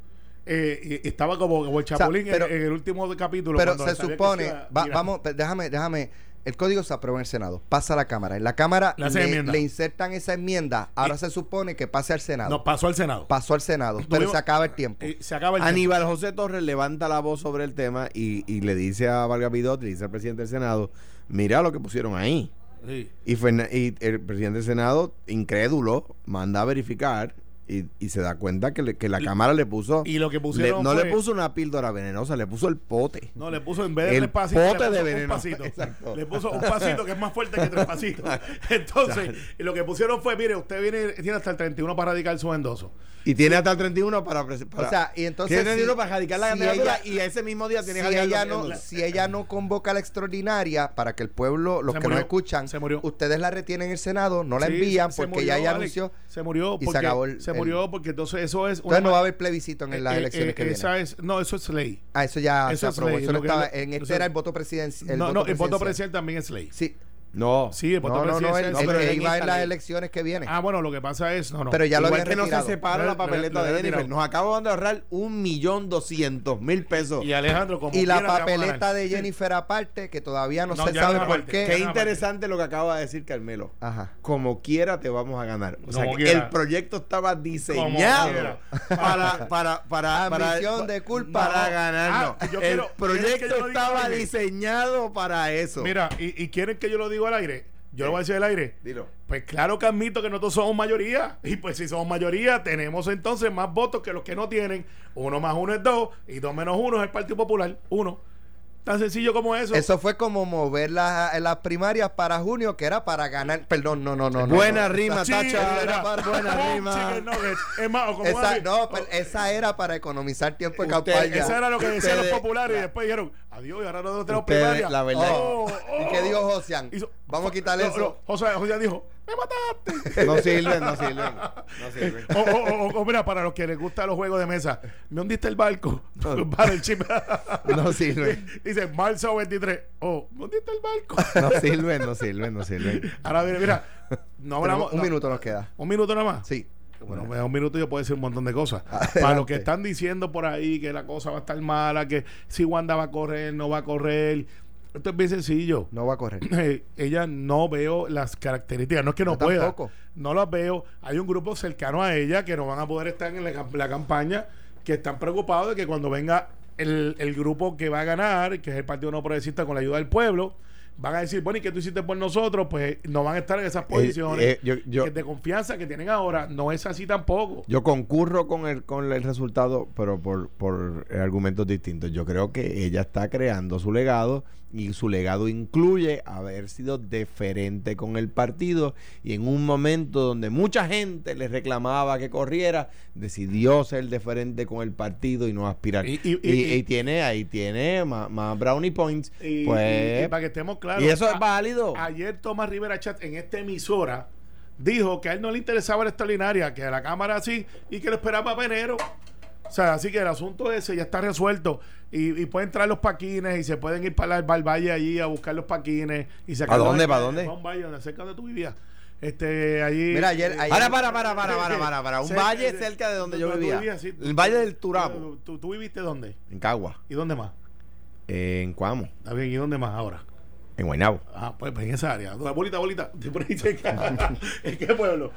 Speaker 2: eh, y- estaba como, como el
Speaker 1: sea,
Speaker 2: Chapulín en-
Speaker 1: pero-
Speaker 2: en, el último capítulo.
Speaker 1: pero
Speaker 2: cuando
Speaker 1: se
Speaker 2: sabía que
Speaker 1: supone,
Speaker 2: iba-
Speaker 1: va-
Speaker 2: mira,
Speaker 1: vamos, pe- déjame, déjame, el código se aprueba en el Senado, pasa a la Cámara, en la Cámara
Speaker 2: Le
Speaker 1: le,
Speaker 2: hacen enmienda.
Speaker 1: le insertan esa enmienda, ahora se supone que pase al Senado,
Speaker 2: Nos pasó al Senado.
Speaker 1: pasó al Senado, pero
Speaker 2: Tuvimos-
Speaker 1: se acaba el tiempo.
Speaker 2: Eh, se acaba el tiempo.
Speaker 3: Aníbal José Torres levanta la voz sobre el tema y, y le dice a Valga Pidot, le dice al presidente del Senado, mira lo que pusieron ahí.
Speaker 2: Sí.
Speaker 3: Y, Fernan- y el presidente del Senado, incrédulo, manda a verificar Y, y se da cuenta que, le- que la cámara le puso.
Speaker 2: y lo que
Speaker 3: le-
Speaker 2: pusieron
Speaker 3: no
Speaker 2: fue-
Speaker 3: le puso una píldora venenosa, le puso el pote.
Speaker 2: No, le puso en vez de
Speaker 3: El
Speaker 2: tres pasitos. le
Speaker 3: pote
Speaker 2: puso
Speaker 3: de
Speaker 2: un
Speaker 3: veneno.
Speaker 2: pasito.
Speaker 3: Exacto.
Speaker 2: Le puso un pasito que es más fuerte que tres pasitos.
Speaker 1: [laughs]
Speaker 2: Entonces, y lo que pusieron fue: mire, usted viene, tiene hasta el 31 para radicar su endoso.
Speaker 3: Y tiene hasta el 31 para. pres- para-
Speaker 1: O sea, y entonces
Speaker 3: Tiene
Speaker 1: si-
Speaker 3: 31 para radicar la
Speaker 1: si
Speaker 3: candidatura
Speaker 1: ella-
Speaker 3: y ese mismo día tiene
Speaker 1: si
Speaker 3: que
Speaker 1: ella
Speaker 3: radicar la-
Speaker 1: no si ella no convoca la extraordinaria para que el pueblo los
Speaker 2: Se
Speaker 1: que no
Speaker 2: murió,
Speaker 1: escuchan
Speaker 2: se murió.
Speaker 1: ustedes la retienen en el senado no la
Speaker 2: Sí,
Speaker 1: envían
Speaker 2: se
Speaker 1: porque
Speaker 2: murió,
Speaker 1: ya ella
Speaker 2: Alex.
Speaker 1: anunció
Speaker 2: Se murió
Speaker 1: y
Speaker 2: porque.
Speaker 1: se acabó el-
Speaker 2: se
Speaker 1: el-
Speaker 2: murió porque entonces eso es.
Speaker 1: entonces no va a
Speaker 2: ma-
Speaker 1: haber plebiscito en las
Speaker 2: eh, eh,
Speaker 1: elecciones que
Speaker 2: eh, esa
Speaker 1: vienen
Speaker 2: es- no, eso es ley.
Speaker 1: ah eso ya
Speaker 2: eso
Speaker 1: se
Speaker 2: es
Speaker 1: aprobó
Speaker 2: ley,
Speaker 1: eso no
Speaker 2: lo que
Speaker 1: estaba
Speaker 2: es la-
Speaker 1: en
Speaker 2: o
Speaker 1: este
Speaker 2: sea,
Speaker 1: era el voto presidencial
Speaker 2: no, no, el voto presidencial también es ley.
Speaker 1: sí
Speaker 3: No.
Speaker 2: Sí, el voto
Speaker 1: no no no
Speaker 2: presidencial
Speaker 1: el,
Speaker 2: es
Speaker 1: el
Speaker 2: ley.
Speaker 1: que
Speaker 3: en
Speaker 1: iba en
Speaker 3: esta
Speaker 1: las
Speaker 3: ley.
Speaker 1: elecciones que vienen
Speaker 2: Ah, bueno, lo que pasa es. No, no.
Speaker 1: pero ya lo
Speaker 3: Igual
Speaker 1: habían
Speaker 3: que no se
Speaker 1: retirado
Speaker 3: separa
Speaker 2: Lo-
Speaker 3: la
Speaker 2: lo- lo
Speaker 3: papeleta de
Speaker 2: habían
Speaker 3: Jennifer.
Speaker 2: retirado.
Speaker 3: Nos acaban de ahorrar un millón doscientos mil pesos.
Speaker 2: Y Alejandro, como
Speaker 1: y la
Speaker 2: quiera, le vamos a ganar.
Speaker 1: papeleta de Jennifer aparte que todavía no,
Speaker 2: No,
Speaker 1: se
Speaker 2: ya
Speaker 1: sabe
Speaker 2: no
Speaker 1: por
Speaker 2: aparte.
Speaker 1: qué
Speaker 3: Qué
Speaker 2: Ajá,
Speaker 3: interesante lo que acaba de decir Carmelo.
Speaker 1: ajá
Speaker 3: Como quiera te vamos a ganar. O sea,
Speaker 2: Como
Speaker 3: que
Speaker 2: quiera.
Speaker 3: el proyecto estaba diseñado
Speaker 2: quiera.
Speaker 3: para, para, para, para,
Speaker 1: Ambición de culpa,
Speaker 3: para
Speaker 1: ¿no?
Speaker 3: ganarnos.
Speaker 2: Ah, yo
Speaker 3: el
Speaker 2: quiero- ¿quieres que
Speaker 3: proyecto
Speaker 2: yo lo diga
Speaker 3: estaba
Speaker 2: al aire?
Speaker 3: diseñado para eso.
Speaker 2: Mira, y, y quieren que yo lo diga al aire. Yo lo voy a decir al aire.
Speaker 3: Dilo.
Speaker 2: Pues claro que admito que nosotros somos mayoría. Y pues si somos mayoría, tenemos entonces más votos que los que no tienen. Uno más uno es dos. Y dos menos uno es el Partido Popular. Uno. Tan sencillo como eso.
Speaker 1: Eso fue como mover las las primarias para junio, que era para ganar. Perdón, no, no, no. no,
Speaker 3: Buena
Speaker 1: no.
Speaker 3: rima,
Speaker 2: Sí,
Speaker 3: Tacha.
Speaker 2: era para- [laughs]
Speaker 3: Buena
Speaker 2: Boom,
Speaker 3: rima.
Speaker 2: chicken nuggets. Es más, o como
Speaker 1: Esa,
Speaker 2: así.
Speaker 1: no, pero esa era para economizar tiempo de campaña.
Speaker 2: Eso era lo que decían los
Speaker 3: Ustedes-
Speaker 2: populares. Y después dijeron, adiós, y ahora nosotros tenemos
Speaker 3: Ustedes,
Speaker 2: primaria.
Speaker 3: la verdad.
Speaker 2: Oh,
Speaker 1: ¿Y
Speaker 2: oh.
Speaker 1: qué dijo Josian?
Speaker 2: Hizo-
Speaker 1: Vamos a quitarle
Speaker 2: No,
Speaker 1: eso.
Speaker 2: no, José, José dijo, me mataste.
Speaker 3: No sirven, no sirven. No sirven.
Speaker 2: [laughs] O, o- o- o, mira, para los que les gustan los juegos de mesa, me hundiste
Speaker 1: [laughs]
Speaker 2: el barco. [laughs] Para el chip.
Speaker 3: No sirven.
Speaker 2: [laughs] Dice marzo 23. Oh, me hundiste el
Speaker 1: [laughs]
Speaker 2: barco.
Speaker 3: No sirven, no sirven, no sirven.
Speaker 2: Ahora mira, mira, no
Speaker 1: Tenemos
Speaker 2: hablamos.
Speaker 1: un
Speaker 2: no,
Speaker 1: minuto nos queda.
Speaker 2: Un minuto nada más.
Speaker 1: Sí.
Speaker 2: Bueno, pues, un minuto yo puedo decir un montón de cosas. Para
Speaker 1: Adelante.
Speaker 2: los que están diciendo por ahí que la cosa va a estar mala, que si Wanda va a correr, no va a correr. Esto es bien sencillo.
Speaker 1: No va a correr.
Speaker 2: [coughs] Eh, [laughs] ella no veo las características. No es que no
Speaker 1: Yo
Speaker 2: pueda.
Speaker 1: tampoco.
Speaker 2: No las veo. Hay un grupo cercano a ella que no van a poder estar en la, cam- la campaña, que están preocupados de que cuando venga el, el grupo que va a ganar, que es el Partido No Progresista con la ayuda del pueblo, van a decir, bueno, ¿y qué tú hiciste por nosotros? Pues no van a estar en esas posiciones
Speaker 3: eh, yo- yo-
Speaker 2: que de confianza que tienen ahora. No es así tampoco.
Speaker 3: Yo concurro con el, con el resultado, pero por, por eh, argumentos distintos. Yo creo que ella está creando su legado y su legado incluye haber sido deferente con el partido y en un momento donde mucha gente le reclamaba que corriera, decidió ser deferente con el partido y no aspirar.
Speaker 2: Y-
Speaker 3: Y,
Speaker 2: y- y- y-
Speaker 3: y tiene, ahí tiene más, más brownie points.
Speaker 2: Y,
Speaker 3: pues,
Speaker 2: y- y para que estemos claros.
Speaker 3: y eso es
Speaker 2: a-
Speaker 3: válido.
Speaker 2: Ayer Tomás Rivera Chat en esta emisora dijo que a él no le interesaba la extraordinaria, que a la cámara así y que lo esperaba para enero. O sea, así que el asunto ese ya está resuelto. Y, y pueden traer los paquines y se pueden ir para el para el valle allí a buscar los paquines. Y
Speaker 3: ¿Para
Speaker 2: sacarlos
Speaker 3: dónde?
Speaker 2: de-
Speaker 3: ¿Para dónde?
Speaker 2: para un valle, donde cerca de tu vivías. Este, allí.
Speaker 1: Mira, ayer- ayer-
Speaker 3: Para, para,
Speaker 2: [laughs]
Speaker 3: para, para, para, para, para. Un
Speaker 2: Cerca
Speaker 3: valle cerca de donde yo
Speaker 2: tú
Speaker 3: vivía.
Speaker 2: vivías, sí.
Speaker 3: El valle del Turabo.
Speaker 2: ¿Tú, tú viviste dónde?
Speaker 3: En Cagua,
Speaker 2: ¿Y dónde más?
Speaker 3: eh, en Cuamo,
Speaker 2: Está bien, ¿y dónde más ahora?
Speaker 3: en Guaynabo.
Speaker 2: Ah, pues pues, en esa área. La bolita, bolita. [laughs] De por ahí [laughs] cerca. ¿En qué pueblo?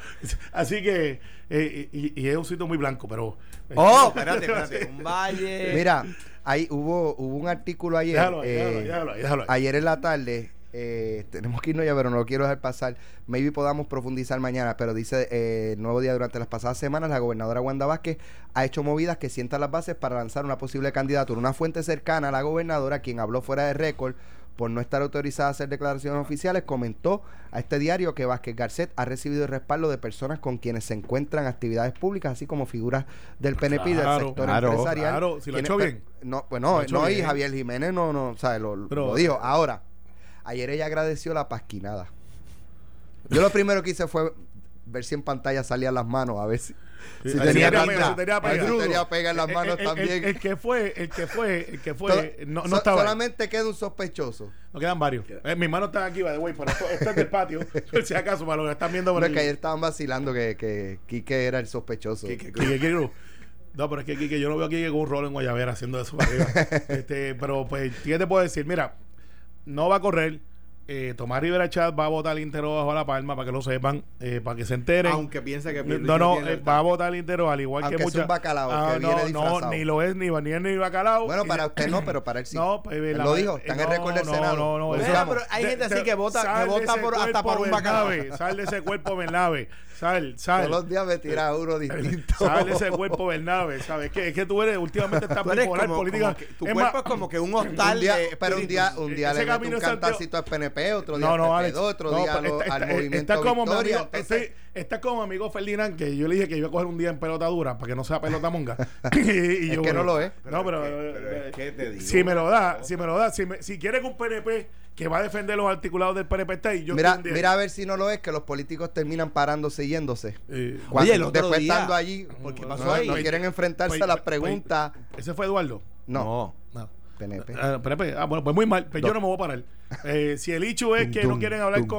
Speaker 2: Así que. eh, y, y es un sitio muy blanco, pero. eh,
Speaker 3: Oh, espérate, espérate. Un valle.
Speaker 1: Mira, ahí hubo, hubo un artículo ayer.
Speaker 2: Déjalo ahí,
Speaker 1: eh,
Speaker 2: déjalo ahí, déjalo ahí, déjalo ahí.
Speaker 1: Ayer en la tarde, eh, tenemos que irnos ya, pero no lo quiero dejar pasar. Maybe podamos profundizar mañana, pero dice eh, Nuevo Día, durante las pasadas semanas, la gobernadora Wanda Vázquez ha hecho movidas que sientan las bases para lanzar una posible candidatura. Una fuente cercana a la gobernadora, quien habló fuera de récord por no estar autorizada a hacer declaraciones oficiales, comentó a este diario que Vázquez Garcet ha recibido el respaldo de personas con quienes se encuentran actividades públicas, así como figuras del PNP y del
Speaker 2: Claro,
Speaker 1: sector
Speaker 3: claro,
Speaker 1: empresarial.
Speaker 2: claro, si lo ha
Speaker 1: Quienes-
Speaker 2: hecho
Speaker 1: pe-
Speaker 2: bien.
Speaker 1: No, pues
Speaker 2: Lo
Speaker 1: no,
Speaker 2: ha hecho
Speaker 1: no, y
Speaker 2: bien.
Speaker 1: Javier Jiménez no, no, o sea, lo,
Speaker 2: Pero- eh,
Speaker 1: lo dijo. Ahora, ayer ella agradeció la pasquinada. Yo lo primero que hice fue ver si en pantalla salían las manos, a ver si, si
Speaker 2: Sí,
Speaker 1: tenía,
Speaker 2: tenía
Speaker 1: pega,
Speaker 2: pega, si tenía pega. Eh,
Speaker 1: tenía pega en las
Speaker 2: El-
Speaker 1: manos
Speaker 2: el- el-
Speaker 1: también.
Speaker 2: El, que fue, el que fue, el que fue.
Speaker 1: Sol-
Speaker 2: no no
Speaker 1: so-
Speaker 2: estaba. ahí.
Speaker 1: solamente queda un sospechoso.
Speaker 2: Nos quedan varios. Eh, mis manos están aquí, by the way, pero esto, esto es del patio. [laughs] por si acaso, para los que están viendo por
Speaker 1: Bueno, es
Speaker 2: el-
Speaker 1: que ayer estaban vacilando que, que Quique era el sospechoso.
Speaker 2: Quique, Quique, Quique Cruz. No, pero es que Quique, yo no veo a Quique con un rol en Guayavera haciendo eso para
Speaker 1: [laughs]
Speaker 2: arriba. este, pero pues, ¿qué te puedo decir? Mira, no va a correr. Eh, Tomás Rivera Chat va a votar entero bajo la palma para que lo sepan, eh, para que se enteren.
Speaker 3: Aunque piensa que Pierluisi
Speaker 2: no, no,
Speaker 3: tiene
Speaker 2: eh,
Speaker 3: el-
Speaker 2: va a votar entero al igual
Speaker 1: Aunque
Speaker 2: que
Speaker 1: sea
Speaker 2: muchas.
Speaker 1: un bacalao que
Speaker 2: Ah,
Speaker 1: viene
Speaker 2: no,
Speaker 1: disfrazado.
Speaker 2: no, ni lo es, ni, va- ni es ni bacalao.
Speaker 1: Bueno,
Speaker 2: Y-
Speaker 1: para usted no, pero para él sí.
Speaker 2: No, pues,
Speaker 1: Él
Speaker 2: la-
Speaker 1: lo dijo,
Speaker 2: eh,
Speaker 1: está en el récord del
Speaker 2: no,
Speaker 1: Senado.
Speaker 2: No, no,
Speaker 1: Lo
Speaker 2: eso-
Speaker 1: buscamos.
Speaker 3: pero hay
Speaker 2: de-
Speaker 3: gente así
Speaker 2: de-
Speaker 3: que vota- que
Speaker 2: sal de
Speaker 3: vota
Speaker 2: ese
Speaker 3: por- hasta
Speaker 2: cuerpo,
Speaker 3: por un bacalao.
Speaker 2: Bernabe, Sal de ese cuerpo, Bernabe. Sal,
Speaker 1: Todos
Speaker 2: sal.
Speaker 1: los días me tira uno
Speaker 2: [laughs]
Speaker 1: distinto.
Speaker 2: Sal eh, ese cuerpo Bernabe, ¿sabes? Que, es que tú eres, últimamente estás
Speaker 8: Tú eres
Speaker 2: bipolar
Speaker 8: como-
Speaker 2: política.
Speaker 8: como que- tu
Speaker 2: Es
Speaker 8: cuerpo
Speaker 2: más-
Speaker 8: es como que un
Speaker 1: Un
Speaker 8: hostal.
Speaker 1: día,
Speaker 8: de
Speaker 1: pero un día, un día
Speaker 2: Ese
Speaker 1: le meto
Speaker 2: camino
Speaker 1: un
Speaker 2: es Santiago.
Speaker 1: cantacito al PNP, otro día
Speaker 2: No, no,
Speaker 1: al
Speaker 2: Alex.
Speaker 1: PP2, otro
Speaker 2: no,
Speaker 1: día a
Speaker 2: pero
Speaker 1: lo-
Speaker 2: está-
Speaker 1: al
Speaker 2: está- eh,
Speaker 1: movimiento
Speaker 2: está como mi amigo- este,
Speaker 1: Victoria.
Speaker 2: estoy-
Speaker 1: Entonces,
Speaker 2: está como mi amigo Ferdinand, que yo le dije que iba a coger un día en pelota dura para que no sea
Speaker 1: [laughs]
Speaker 2: pelota monga. [laughs] y, y
Speaker 1: Es
Speaker 2: yo,
Speaker 1: que no lo es.
Speaker 2: No, pero. eh,
Speaker 3: pero es que te digo
Speaker 2: si me lo
Speaker 3: una
Speaker 2: da,
Speaker 3: cosa.
Speaker 2: si me lo da, si, me- si quiere que un PNP que va a defender los articulados del PNP está ahí, yo
Speaker 1: mira,
Speaker 2: estoy un día
Speaker 1: mira a
Speaker 2: ahí.
Speaker 1: ver si no lo es, que los políticos terminan parándose y yéndose.
Speaker 2: Eh,
Speaker 1: Cuando-
Speaker 8: el otro
Speaker 1: después
Speaker 8: día-
Speaker 1: estando allí, porque
Speaker 2: no,
Speaker 1: pasó
Speaker 2: no,
Speaker 1: ahí, no
Speaker 2: pues-
Speaker 1: quieren enfrentarse
Speaker 2: pues-
Speaker 1: a las
Speaker 2: pues-
Speaker 1: preguntas.
Speaker 2: ese fue Eduardo.
Speaker 1: No,
Speaker 2: No.
Speaker 1: PNP.
Speaker 2: Ah, PNP. Ah, bueno, pues muy mal. Pues yo no me voy a parar. Eh, si el hecho es
Speaker 3: Tum,
Speaker 2: que no
Speaker 3: tum,
Speaker 2: quieren hablar
Speaker 3: tum,
Speaker 2: con,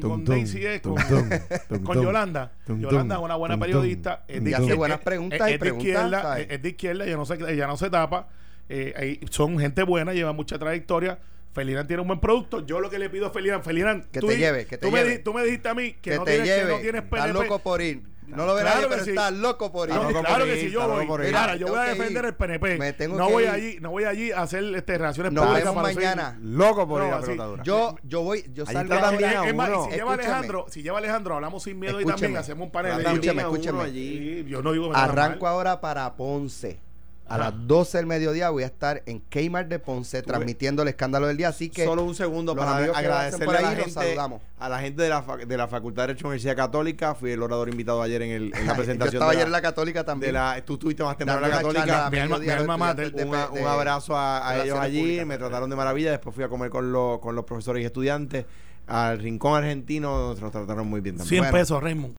Speaker 3: tum,
Speaker 2: con
Speaker 3: tum,
Speaker 2: Daisy,
Speaker 3: tum,
Speaker 2: es
Speaker 3: tum,
Speaker 2: con,
Speaker 3: tum,
Speaker 2: [laughs]
Speaker 3: tum,
Speaker 2: con
Speaker 3: tum,
Speaker 2: Yolanda.
Speaker 3: tum,
Speaker 2: Yolanda es
Speaker 3: tum,
Speaker 2: una buena
Speaker 3: tum,
Speaker 2: periodista.
Speaker 3: tum,
Speaker 2: Es de
Speaker 1: Y
Speaker 3: tum.
Speaker 1: hace
Speaker 2: izquierda-
Speaker 1: buenas
Speaker 2: es-
Speaker 1: preguntas
Speaker 2: es
Speaker 1: y
Speaker 2: de
Speaker 1: preguntas,
Speaker 2: izquierda,
Speaker 1: ¿sabes?
Speaker 2: es- Es de izquierda, ella no se, ella no se tapa. Eh, ahí son gente buena, llevan mucha trayectoria. Felirán tiene un buen producto. Yo lo que le pido a Felirán, Felirán,
Speaker 1: Que
Speaker 2: tú
Speaker 1: te
Speaker 2: di-
Speaker 1: lleve, que te
Speaker 2: tú me
Speaker 1: lleve.
Speaker 2: di- tú me dijiste a mí que,
Speaker 1: Que
Speaker 2: no,
Speaker 1: te
Speaker 2: tienes, que no
Speaker 1: lleve.
Speaker 2: tienes
Speaker 1: Estás
Speaker 2: PNP.
Speaker 1: loco por ir. No lo verás,
Speaker 2: Claro que
Speaker 1: pero
Speaker 2: sí.
Speaker 1: estás loco por ir.
Speaker 2: No,
Speaker 3: loco
Speaker 2: claro
Speaker 3: por
Speaker 2: que
Speaker 3: ir,
Speaker 2: si yo
Speaker 3: está
Speaker 2: voy,
Speaker 3: loco por ir.
Speaker 2: mira, yo
Speaker 1: Tengo
Speaker 2: voy a
Speaker 1: que
Speaker 2: defender
Speaker 1: ir.
Speaker 2: el PNP.
Speaker 1: Me tengo
Speaker 2: no
Speaker 1: que
Speaker 2: voy
Speaker 1: ir.
Speaker 2: allí, no voy allí a hacer este, reacciones
Speaker 1: Nos
Speaker 2: públicas
Speaker 1: vemos
Speaker 2: para seguir-
Speaker 1: mañana.
Speaker 3: Loco por
Speaker 2: No,
Speaker 3: ir a
Speaker 2: así,
Speaker 3: pelota dura.
Speaker 1: Yo, yo voy, yo
Speaker 3: Ahí
Speaker 1: salgo
Speaker 3: está
Speaker 1: a
Speaker 3: también
Speaker 1: hablar-
Speaker 3: a
Speaker 2: Es más, y
Speaker 3: uno.
Speaker 2: si lleva
Speaker 1: Escúchame.
Speaker 2: Alejandro, si lleva Alejandro, hablamos sin miedo y también
Speaker 1: Escúchame.
Speaker 2: hacemos un panel.
Speaker 1: Escúchame,
Speaker 2: También a uno
Speaker 1: escúchame.
Speaker 2: allí. Yo no digo que me tratan
Speaker 1: Arranco
Speaker 2: Pues mal.
Speaker 1: ahora para Ponce. A
Speaker 2: Ajá.
Speaker 1: las 12 del mediodía voy a estar en Kmart de Ponce transmitiendo el escándalo del día. Así que
Speaker 8: Solo un segundo
Speaker 1: los
Speaker 8: para
Speaker 1: amigos que
Speaker 8: agradecerle
Speaker 1: pasen por
Speaker 8: a la
Speaker 1: ahí, los
Speaker 8: gente,
Speaker 1: saludamos.
Speaker 8: a la gente de la, fa- de la Facultad de Derecho de la Universidad Católica. Fui el orador invitado ayer en, el, en la
Speaker 1: [laughs] Yo
Speaker 8: presentación.
Speaker 1: estaba
Speaker 8: de
Speaker 1: ayer en la Católica también.
Speaker 8: de la, tú estuviste más
Speaker 1: Dando
Speaker 8: temprano en la
Speaker 1: una charla
Speaker 8: Católica.
Speaker 1: a
Speaker 2: Mi alma-
Speaker 1: mediodía
Speaker 2: mi
Speaker 1: a los
Speaker 2: alma
Speaker 1: estudiantes
Speaker 2: mater.
Speaker 1: de-
Speaker 8: Una-
Speaker 1: de-
Speaker 8: un abrazo a, a ellos
Speaker 1: Relaciones
Speaker 8: allí,
Speaker 1: Públicas.
Speaker 8: me trataron de maravilla, después fui a comer con, los con los profesores y estudiantes al Rincón Argentino, nos trataron muy bien también.
Speaker 2: 100
Speaker 1: Bueno.
Speaker 2: pesos, Raymond.